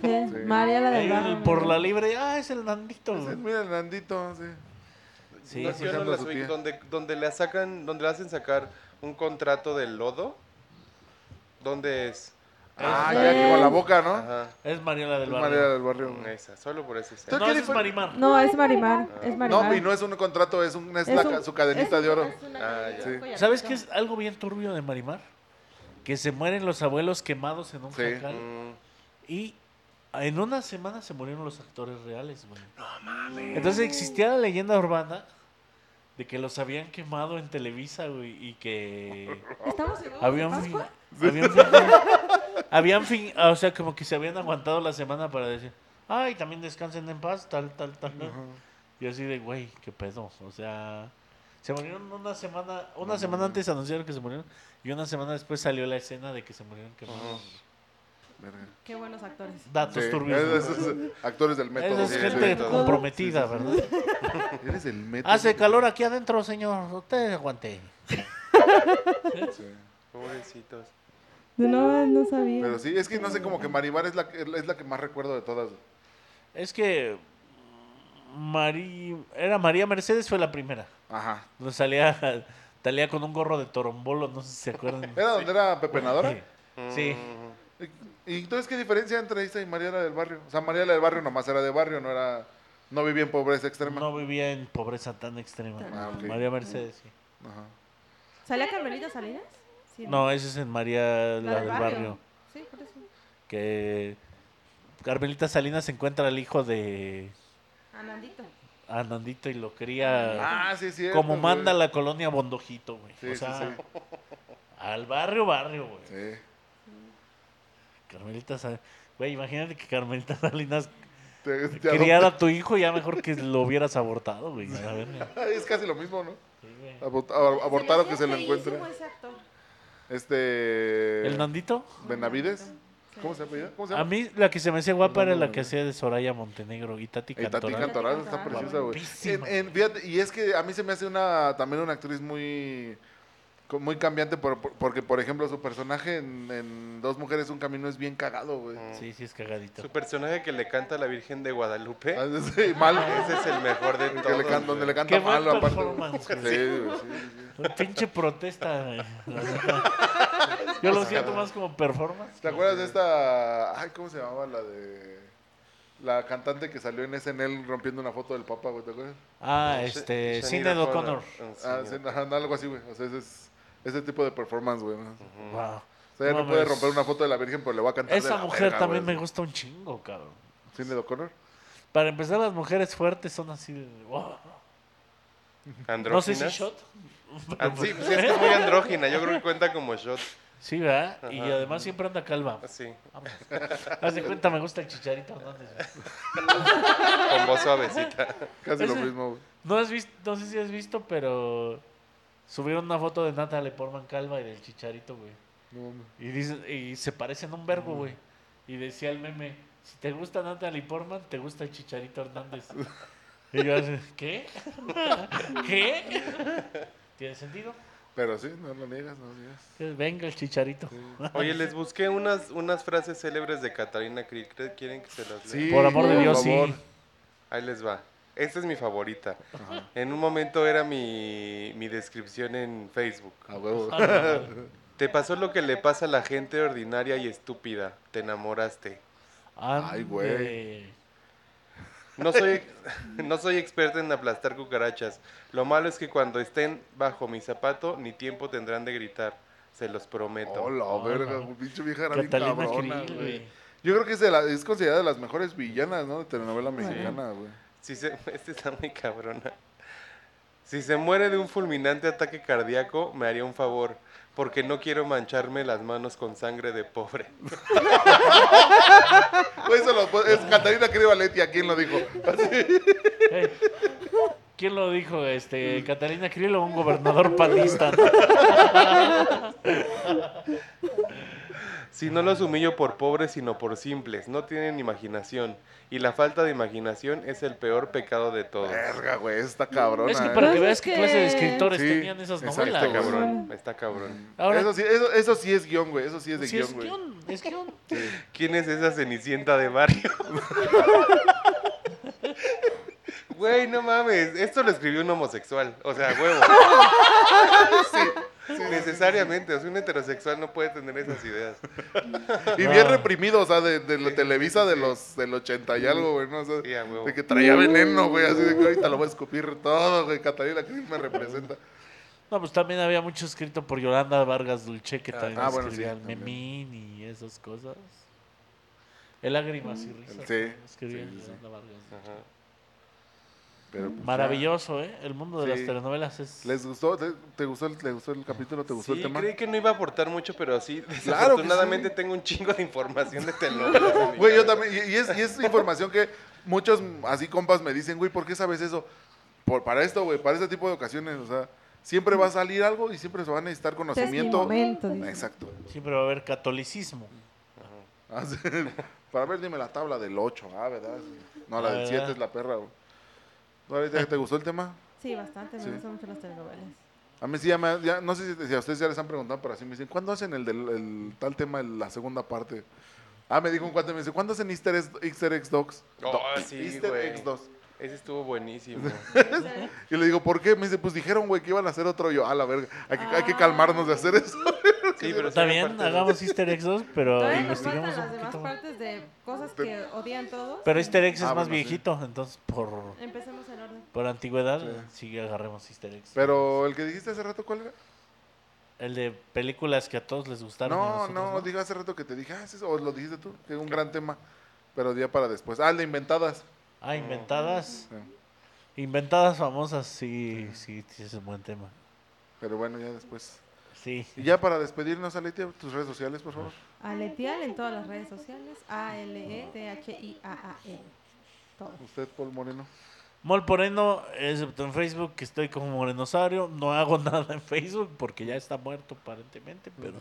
S3: Mariela del
S1: Ahí
S3: Barrio.
S1: por la libre, ah, es el Nandito.
S2: Sí,
S1: güey.
S2: Mira, el Nandito, sí.
S1: Sí,
S4: No,
S1: sí,
S4: yo no
S2: Escuchando a
S4: las
S2: su
S4: ubico.
S2: tía.
S4: donde, donde le sacan, donde le hacen sacar un contrato de lodo. ¿Dónde es?
S2: Ah,
S1: Es-
S2: ya que con la boca, ¿no?
S4: Ajá. Mm,
S1: es Mariela del
S2: Es
S1: Barrio.
S2: María del Barrio, güey.
S4: Esa, solo por ese
S1: No,
S2: ¿Qué
S1: ese es
S2: difer-
S1: Marimar.
S3: No, es Marimar. Es Marimar.
S2: No, y no es un contrato, es, un, es
S3: Es
S2: la
S3: un-
S2: ca- su cadenita
S3: es-
S2: de oro.
S3: es una-
S4: Ah, ya.
S2: Sí.
S1: ¿Sabes qué es algo bien turbio de Marimar? Que se mueren los abuelos quemados en un
S2: Sí.
S1: jacal.
S4: Mm,
S1: Y en una semana se murieron los actores reales, güey. Entonces existía la leyenda urbana de que los habían quemado en Televisa, güey, y que
S3: ¿Estamos seguros de
S1: habían, fin-
S3: Pascua?
S1: habían fingido- habían fin- o sea, como que se habían aguantado la semana para decir, ay, también descansen en paz, tal, tal, tal. tal". Y así de, güey, qué pedo, o sea, se murieron una semana, una semana antes anunciaron que se murieron y una semana después salió la escena de que se murieron quemados.
S2: Verga.
S3: Qué buenos actores.
S1: Datos
S2: Sí,
S1: turbios.
S2: es-
S1: güey.
S2: es- es- actores del método.
S1: Esa es
S4: sí,
S1: gente
S4: sí, sí.
S1: comprometida, ¿verdad?
S2: Eres del método.
S1: Hace calor aquí adentro, señor. Usted aguante.
S2: Sí.
S4: pobrecitos.
S3: No, no sabía.
S2: Pero sí, es que no sé, como que Marimar es la, que- es la que más recuerdo de todas. güey.
S1: Es que Mari... era María Mercedes fue la primera.
S2: Ajá.
S1: Donde salía Talía con un gorro de torombolo, no sé si se acuerdan.
S2: ¿Era donde era Pepe Nadora?
S1: Sí.
S4: Mm,
S2: ¿Y entonces qué diferencia entre esta y Mariela del Barrio? O sea, Mariela del Barrio nomás era de barrio, no era... No vivía en pobreza extrema.
S1: No vivía en pobreza tan extrema.
S2: Ah, ok.
S1: María Mercedes, sí.
S2: Ajá.
S3: ¿Salía Carmelita Salinas? Sí,
S1: No, ese es en María la del barrio.
S3: Sí, por eso.
S1: Que Carmelita Salinas se encuentra al hijo de
S3: Anandito.
S1: Anandito y lo cría
S2: Ah, sí, sí.
S1: como manda la colonia Bondojito, güey.
S2: Sí,
S1: o
S2: sí,
S1: sea,
S2: sí.
S1: al barrio, barrio, güey.
S2: Sí.
S1: Carmelita Salinas. Güey, imagínate que Carmelita Salinas
S2: Te- te
S1: criara a tu hijo ya mejor que lo hubieras abortado, güey. A ver, güey.
S2: adopta. Es casi lo mismo, ¿no?
S1: Sí, güey.
S2: Abort- ab- Abortar o que se lo encuentre.
S3: ese actor.
S2: Este...
S1: ¿El Nandito?
S2: Benavides. ¿Cómo se apellida? ¿Cómo se
S1: A
S2: llama?
S1: mí la que se me hacía guapa era la que
S2: no.
S1: hacía de Soraya Montenegro y Tati
S2: Y Tati
S1: Cantoral.
S2: Cantoral está preciosa, güey.
S1: Guapísima.
S2: En- en- fíjate, y es que a mí se me hace una también una actriz muy co- muy cambiante por- por- porque por ejemplo su personaje en, en Dos mujeres un camino es bien cagado, güey.
S1: Sí, sí, es cagadito.
S4: mm. Su personaje que le canta a la Virgen de Guadalupe,
S2: Ah, sí, mal.
S4: ese es el mejor de
S2: Que
S4: todos.
S2: le can- donde le
S4: güey.
S2: canta
S1: Qué buen
S2: mal aparte.
S1: performance,
S2: Sí,
S1: güey.
S2: güey, sí, sí.
S1: Pinche protesta, güey. La neta. Yo lo siento más como performance.
S2: ¿Te acuerdas de esta ay, cómo se llamaba la de la cantante que salió en SNL rompiendo una foto del Papa, güey, ¿te acuerdas?
S1: Ah, este,
S4: Sinead Mm,
S1: Cine de O'Connor.
S2: Ah,
S4: Sí,
S2: sí, ajá, algo así, güey. O sea, ese es ese tipo de performance, güey. ¿no?
S1: Wow.
S2: O sea, ya
S1: No
S2: no puede
S1: mames.
S2: romper una foto de la Virgen, pero le va a cantar. de
S1: Esa
S2: la
S1: mujer
S2: verga,
S1: también
S2: güey.
S1: me gusta un chingo, cabrón.
S2: ¿Cine de O'Connor?
S1: Para empezar, las mujeres fuertes son así de... wow. No sé si
S4: ¿Andróginas?
S1: shot.
S4: Ah, sí, pues es que es muy andrógina, yo creo que cuenta como shot.
S1: Sí, ¿verdad? Y
S4: Ajá.
S1: además siempre anda calva.
S4: Así,
S1: Vamos. Haz de cuenta, me gusta el chicharito Hernández. güey.
S4: con voz suavecita.
S2: Casi lo
S1: Ese-
S2: mismo, güey.
S1: No, has visto, no sé si has visto, pero subieron una foto de Natalie Portman calva y del chicharito, güey.
S2: No mames.
S1: Y, dicen, y se parecen un verbo, güey. Y decía el meme, si te gusta Natalie Portman, te gusta el chicharito Hernández. y yo así, ¿qué? ¿Qué? ¿Tiene sentido?
S2: Pero sí, no lo niegas, no lo niegas.
S1: Venga el chicharito.
S4: Oye, les busqué unas, unas frases célebres de Catalina Krill. ¿Cre- ¿Quieren que se las lea?
S2: Sí,
S1: Por amor de
S2: por
S1: Dios,
S2: favor.
S1: sí.
S4: Ahí les va. Esta es mi favorita. En un momento era mi, mi descripción en Facebook.
S2: A huevo.
S4: Te pasó lo que le pasa a la gente ordinaria y estúpida. Te enamoraste.
S2: Ay, güey.
S1: Ande.
S4: No soy, no soy experta en aplastar cucarachas. Lo malo es que cuando estén bajo mi zapato, ni tiempo tendrán de gritar. Se los prometo.
S2: Hola,
S1: Hola.
S2: verga, pinche vieja era bien
S1: Catalina
S2: cabrona,
S1: Krill,
S2: güey.
S1: güey.
S2: Yo creo que es, de la- es considerada de las mejores villanas, ¿no? De telenovela mexicana, güey.
S4: Si se, este está muy cabrona. Si se muere de un fulminante ataque cardíaco, me haría un favor, porque no quiero mancharme las manos con sangre de pobre.
S2: Güey, Pues eso lo pon- es Catalina Krill Valencia quien lo dijo.
S1: Eh, ¿Quién lo dijo? Este, ¿Catalina Krill o un gobernador panista? no?
S4: Si no los humillo por pobres, sino por simples, no tienen imaginación, y la falta de imaginación es el peor pecado de todos.
S2: Verga, güey, está cabrona.
S1: Es que
S2: eh.
S1: para que
S3: Pues
S1: veas
S3: es
S1: qué
S3: que-
S1: clase de escritores
S2: Sí,
S1: tenían esas
S2: exacto,
S1: novelas.
S4: Está
S1: güey.
S4: cabrón, está cabrón.
S1: Ahora,
S2: eso, sí, eso, eso sí es guión, güey. Eso sí es de
S1: sí,
S2: guión,
S1: es
S2: güey.
S1: guión, es guión.
S4: ¿Quién es esa cenicienta de barrio? Güey, no mames, esto lo escribió un homosexual, o sea, huevo. Necesariamente, o sea, un heterosexual no puede tener esas ideas.
S2: Y bien
S1: Ah.
S2: reprimido, o sea, de, de la Televisa de los, del 80 y algo, güey, ¿no? O sea,
S4: Sí, a huevo.
S2: de que traía veneno, güey, así de que ahorita lo voy a escupir todo, güey. Catalina Krill me representa.
S1: No, pues también había mucho escrito por Yolanda Vargas Dulce, que
S4: Ah,
S1: también
S2: ah, bueno,
S1: escribía
S2: sí,
S1: el
S2: también.
S1: Memín y esas cosas. El Lágrimas y Risas.
S2: Sí,
S1: ¿no? Escribía
S2: sí, sí, sí.
S1: Yolanda Vargas Dulce.
S4: Ajá.
S2: Pero, pues,
S1: Maravilloso, ¿eh? El mundo de
S2: Sí.
S1: las telenovelas es...
S2: ya. ¿Les gustó? ¿Te, te gustó el, ¿Te gustó el capítulo? ¿Te gustó
S4: Sí,
S2: el tema?
S4: creí que no iba a aportar mucho, pero sí,
S2: Claro que
S4: desafortunadamente tengo un chingo de información de telenovelas. en mi
S2: Güey, yo
S4: cabeza.
S2: también. Y, y es, y es información que muchos mm, así compas me dicen, güey, ¿por qué sabes eso? Por, para esto, güey, para este tipo de ocasiones, o sea, siempre va a salir algo y siempre se va a necesitar
S3: Este es mi
S2: conocimiento.
S3: momento, dice.
S2: Exacto.
S1: Siempre va a haber catolicismo.
S2: Ah, sí. Para ver, dime la tabla del 8, ah, ¿verdad? No, la
S1: Ah,
S2: del
S1: ¿verdad?
S2: 7 es la perra, güey. ¿Tú ahorita ¿Te gustó el tema?
S3: Sí, bastante, me
S2: Sí.
S3: gustan mucho las telenovelas.
S2: A mí sí, ya, me, ya- no sé si, si a ustedes ya les han preguntado, pero así me dicen, ¿cuándo hacen el, del, el tal tema, el- la segunda parte? Ah, me dijo un cuate, me dice, ¿cuándo hacen Easter, eggs- Easter Eggs Dogs?
S4: Oh,
S2: Dogs.
S4: sí,
S2: Easter
S4: güey.
S2: Eggs Dogs.
S4: Ese estuvo buenísimo.
S2: Y le digo, ¿por qué? Me dice, pues dijeron, güey, que iban a hacer otro. Y yo, ah, la verga, hay que, hay que calmarnos de hacer eso.
S4: Sí, pero sí
S1: Está
S4: era
S1: bien,
S4: parte de-
S1: hagamos Easter Eggs 2, pero
S3: Todavía nos faltan
S1: investiguemos un
S3: las demás
S1: poquito más.
S3: partes de cosas que odian todos.
S1: Pero Easter Eggs
S2: Ah,
S1: es más
S2: bueno, sí.
S1: viejito, entonces por,
S3: Empecemos en orden.
S1: por antigüedad sí. agarremos Easter Eggs.
S2: Pero el que dijiste hace rato, ¿cuál era? El
S1: El de películas que a todos les gustaron. y a
S2: No,
S1: nosotros
S2: no, digo hace rato que te dije, ah, es eso, o lo dijiste tú, que es un gran tema, pero día para después. Ah, el de inventadas.
S1: Ah, inventadas.
S2: Sí.
S1: Inventadas famosas, sí, sí, sí, es un buen tema.
S2: Pero bueno, ya después.
S1: Sí.
S2: Y ya para despedirnos, Aletia, tus redes sociales, por favor.
S3: Aletial en todas las redes sociales. E A-L-E-T-H-I-A-A-L. Todo.
S2: Usted, Paul Moreno.
S1: Mol Poreno, excepto en Facebook, que estoy como Morenosario. No hago nada en Facebook porque ya está muerto aparentemente, pero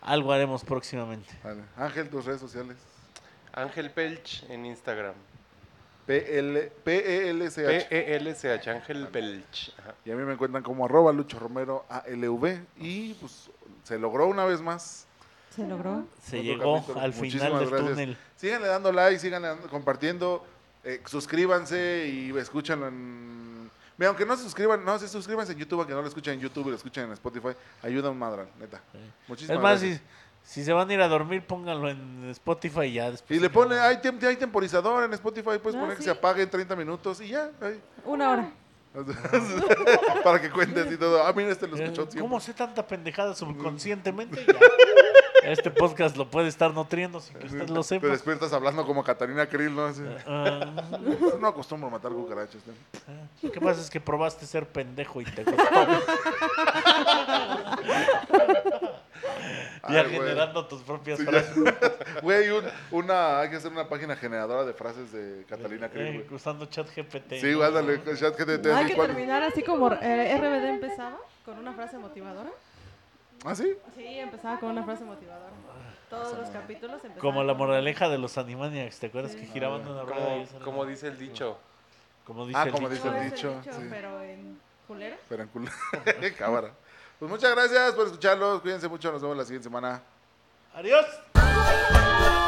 S1: algo haremos próximamente.
S2: Vale. Ángel, tus redes sociales.
S4: Ángel Pelch en Instagram.
S2: PL, E PELCH.
S4: P-E-L-C-H, Ángel Pelch. Ajá.
S2: Y a mí me encuentran como arroba Lucho Romero ALV. Y pues se logró una vez más.
S3: ¿Se logró?
S1: Se
S2: Otro
S1: llegó
S2: capítulo.
S1: al
S2: Muchísimas
S1: final del
S2: gracias.
S1: túnel.
S2: Síganle dando like, síganle dando- compartiendo, eh, suscríbanse y escúchanlo en... Mira, aunque no se suscriban, no, sí suscríbanse en YouTube, aunque no lo escuchen en YouTube y lo escuchen en Spotify, ayuda un madral, neta.
S1: Sí.
S2: Muchísimas
S1: Es más,
S2: gracias.
S1: si, si se van a ir a dormir, pónganlo en Spotify y ya después.
S2: Y le pone, hay, tem- hay temporizador en Spotify, puedes
S3: Ah,
S2: poner que
S3: sí.
S2: se apague en 30 minutos y ya. ahí.
S3: Una hora.
S2: Para que cuentes y todo. Ah, mira, este lo
S1: Eh,
S2: escuchó siempre.
S1: ¿Cómo sé tanta pendejada subconscientemente? Ya. Este podcast lo puede estar nutriendo sin que usted lo
S2: Te
S1: sepa.
S2: despiertas hablando como Catarina Krill, ¿no? Así,
S1: Ah,
S2: No acostumbro a matar cucarachas. ¿no?
S1: Lo que pasa es que probaste ser pendejo y te costó. ya
S2: Ay, güey.
S1: generando tus propias
S2: Sí, ya.
S1: frases.
S2: Güey, un- una, hay que hacer una página generadora de frases de Catalina Krill,
S1: Eh,
S2: güey.
S1: usando chat GPT.
S2: Sí, güey, ándale,
S1: eh.
S2: con ChatGPT,
S3: Hay
S2: así,
S3: que
S2: ¿cuál?
S3: terminar así como eh, RBD empezaba, con una frase motivadora.
S2: ¿Ah, sí?
S3: Sí, empezaba con una frase motivadora. Todos los capítulos empezaban.
S1: Como la
S3: con-
S1: moraleja de los Animaniacs, ¿te acuerdas
S3: Sí.
S1: que giraban una rueda? y
S4: Como,
S1: esa era
S4: como
S1: la-
S4: dice el dicho.
S1: Como dice
S2: Ah,
S1: el
S2: como
S1: dicho.
S3: Como
S2: dice
S3: es
S2: el
S3: el
S2: dicho,
S3: dicho,
S2: sí.
S3: pero en culero.
S2: Pero en culo. Cámara. Pues muchas gracias por escucharlos. Cuídense mucho. Nos vemos la siguiente semana.
S1: Adiós.
S5: Thank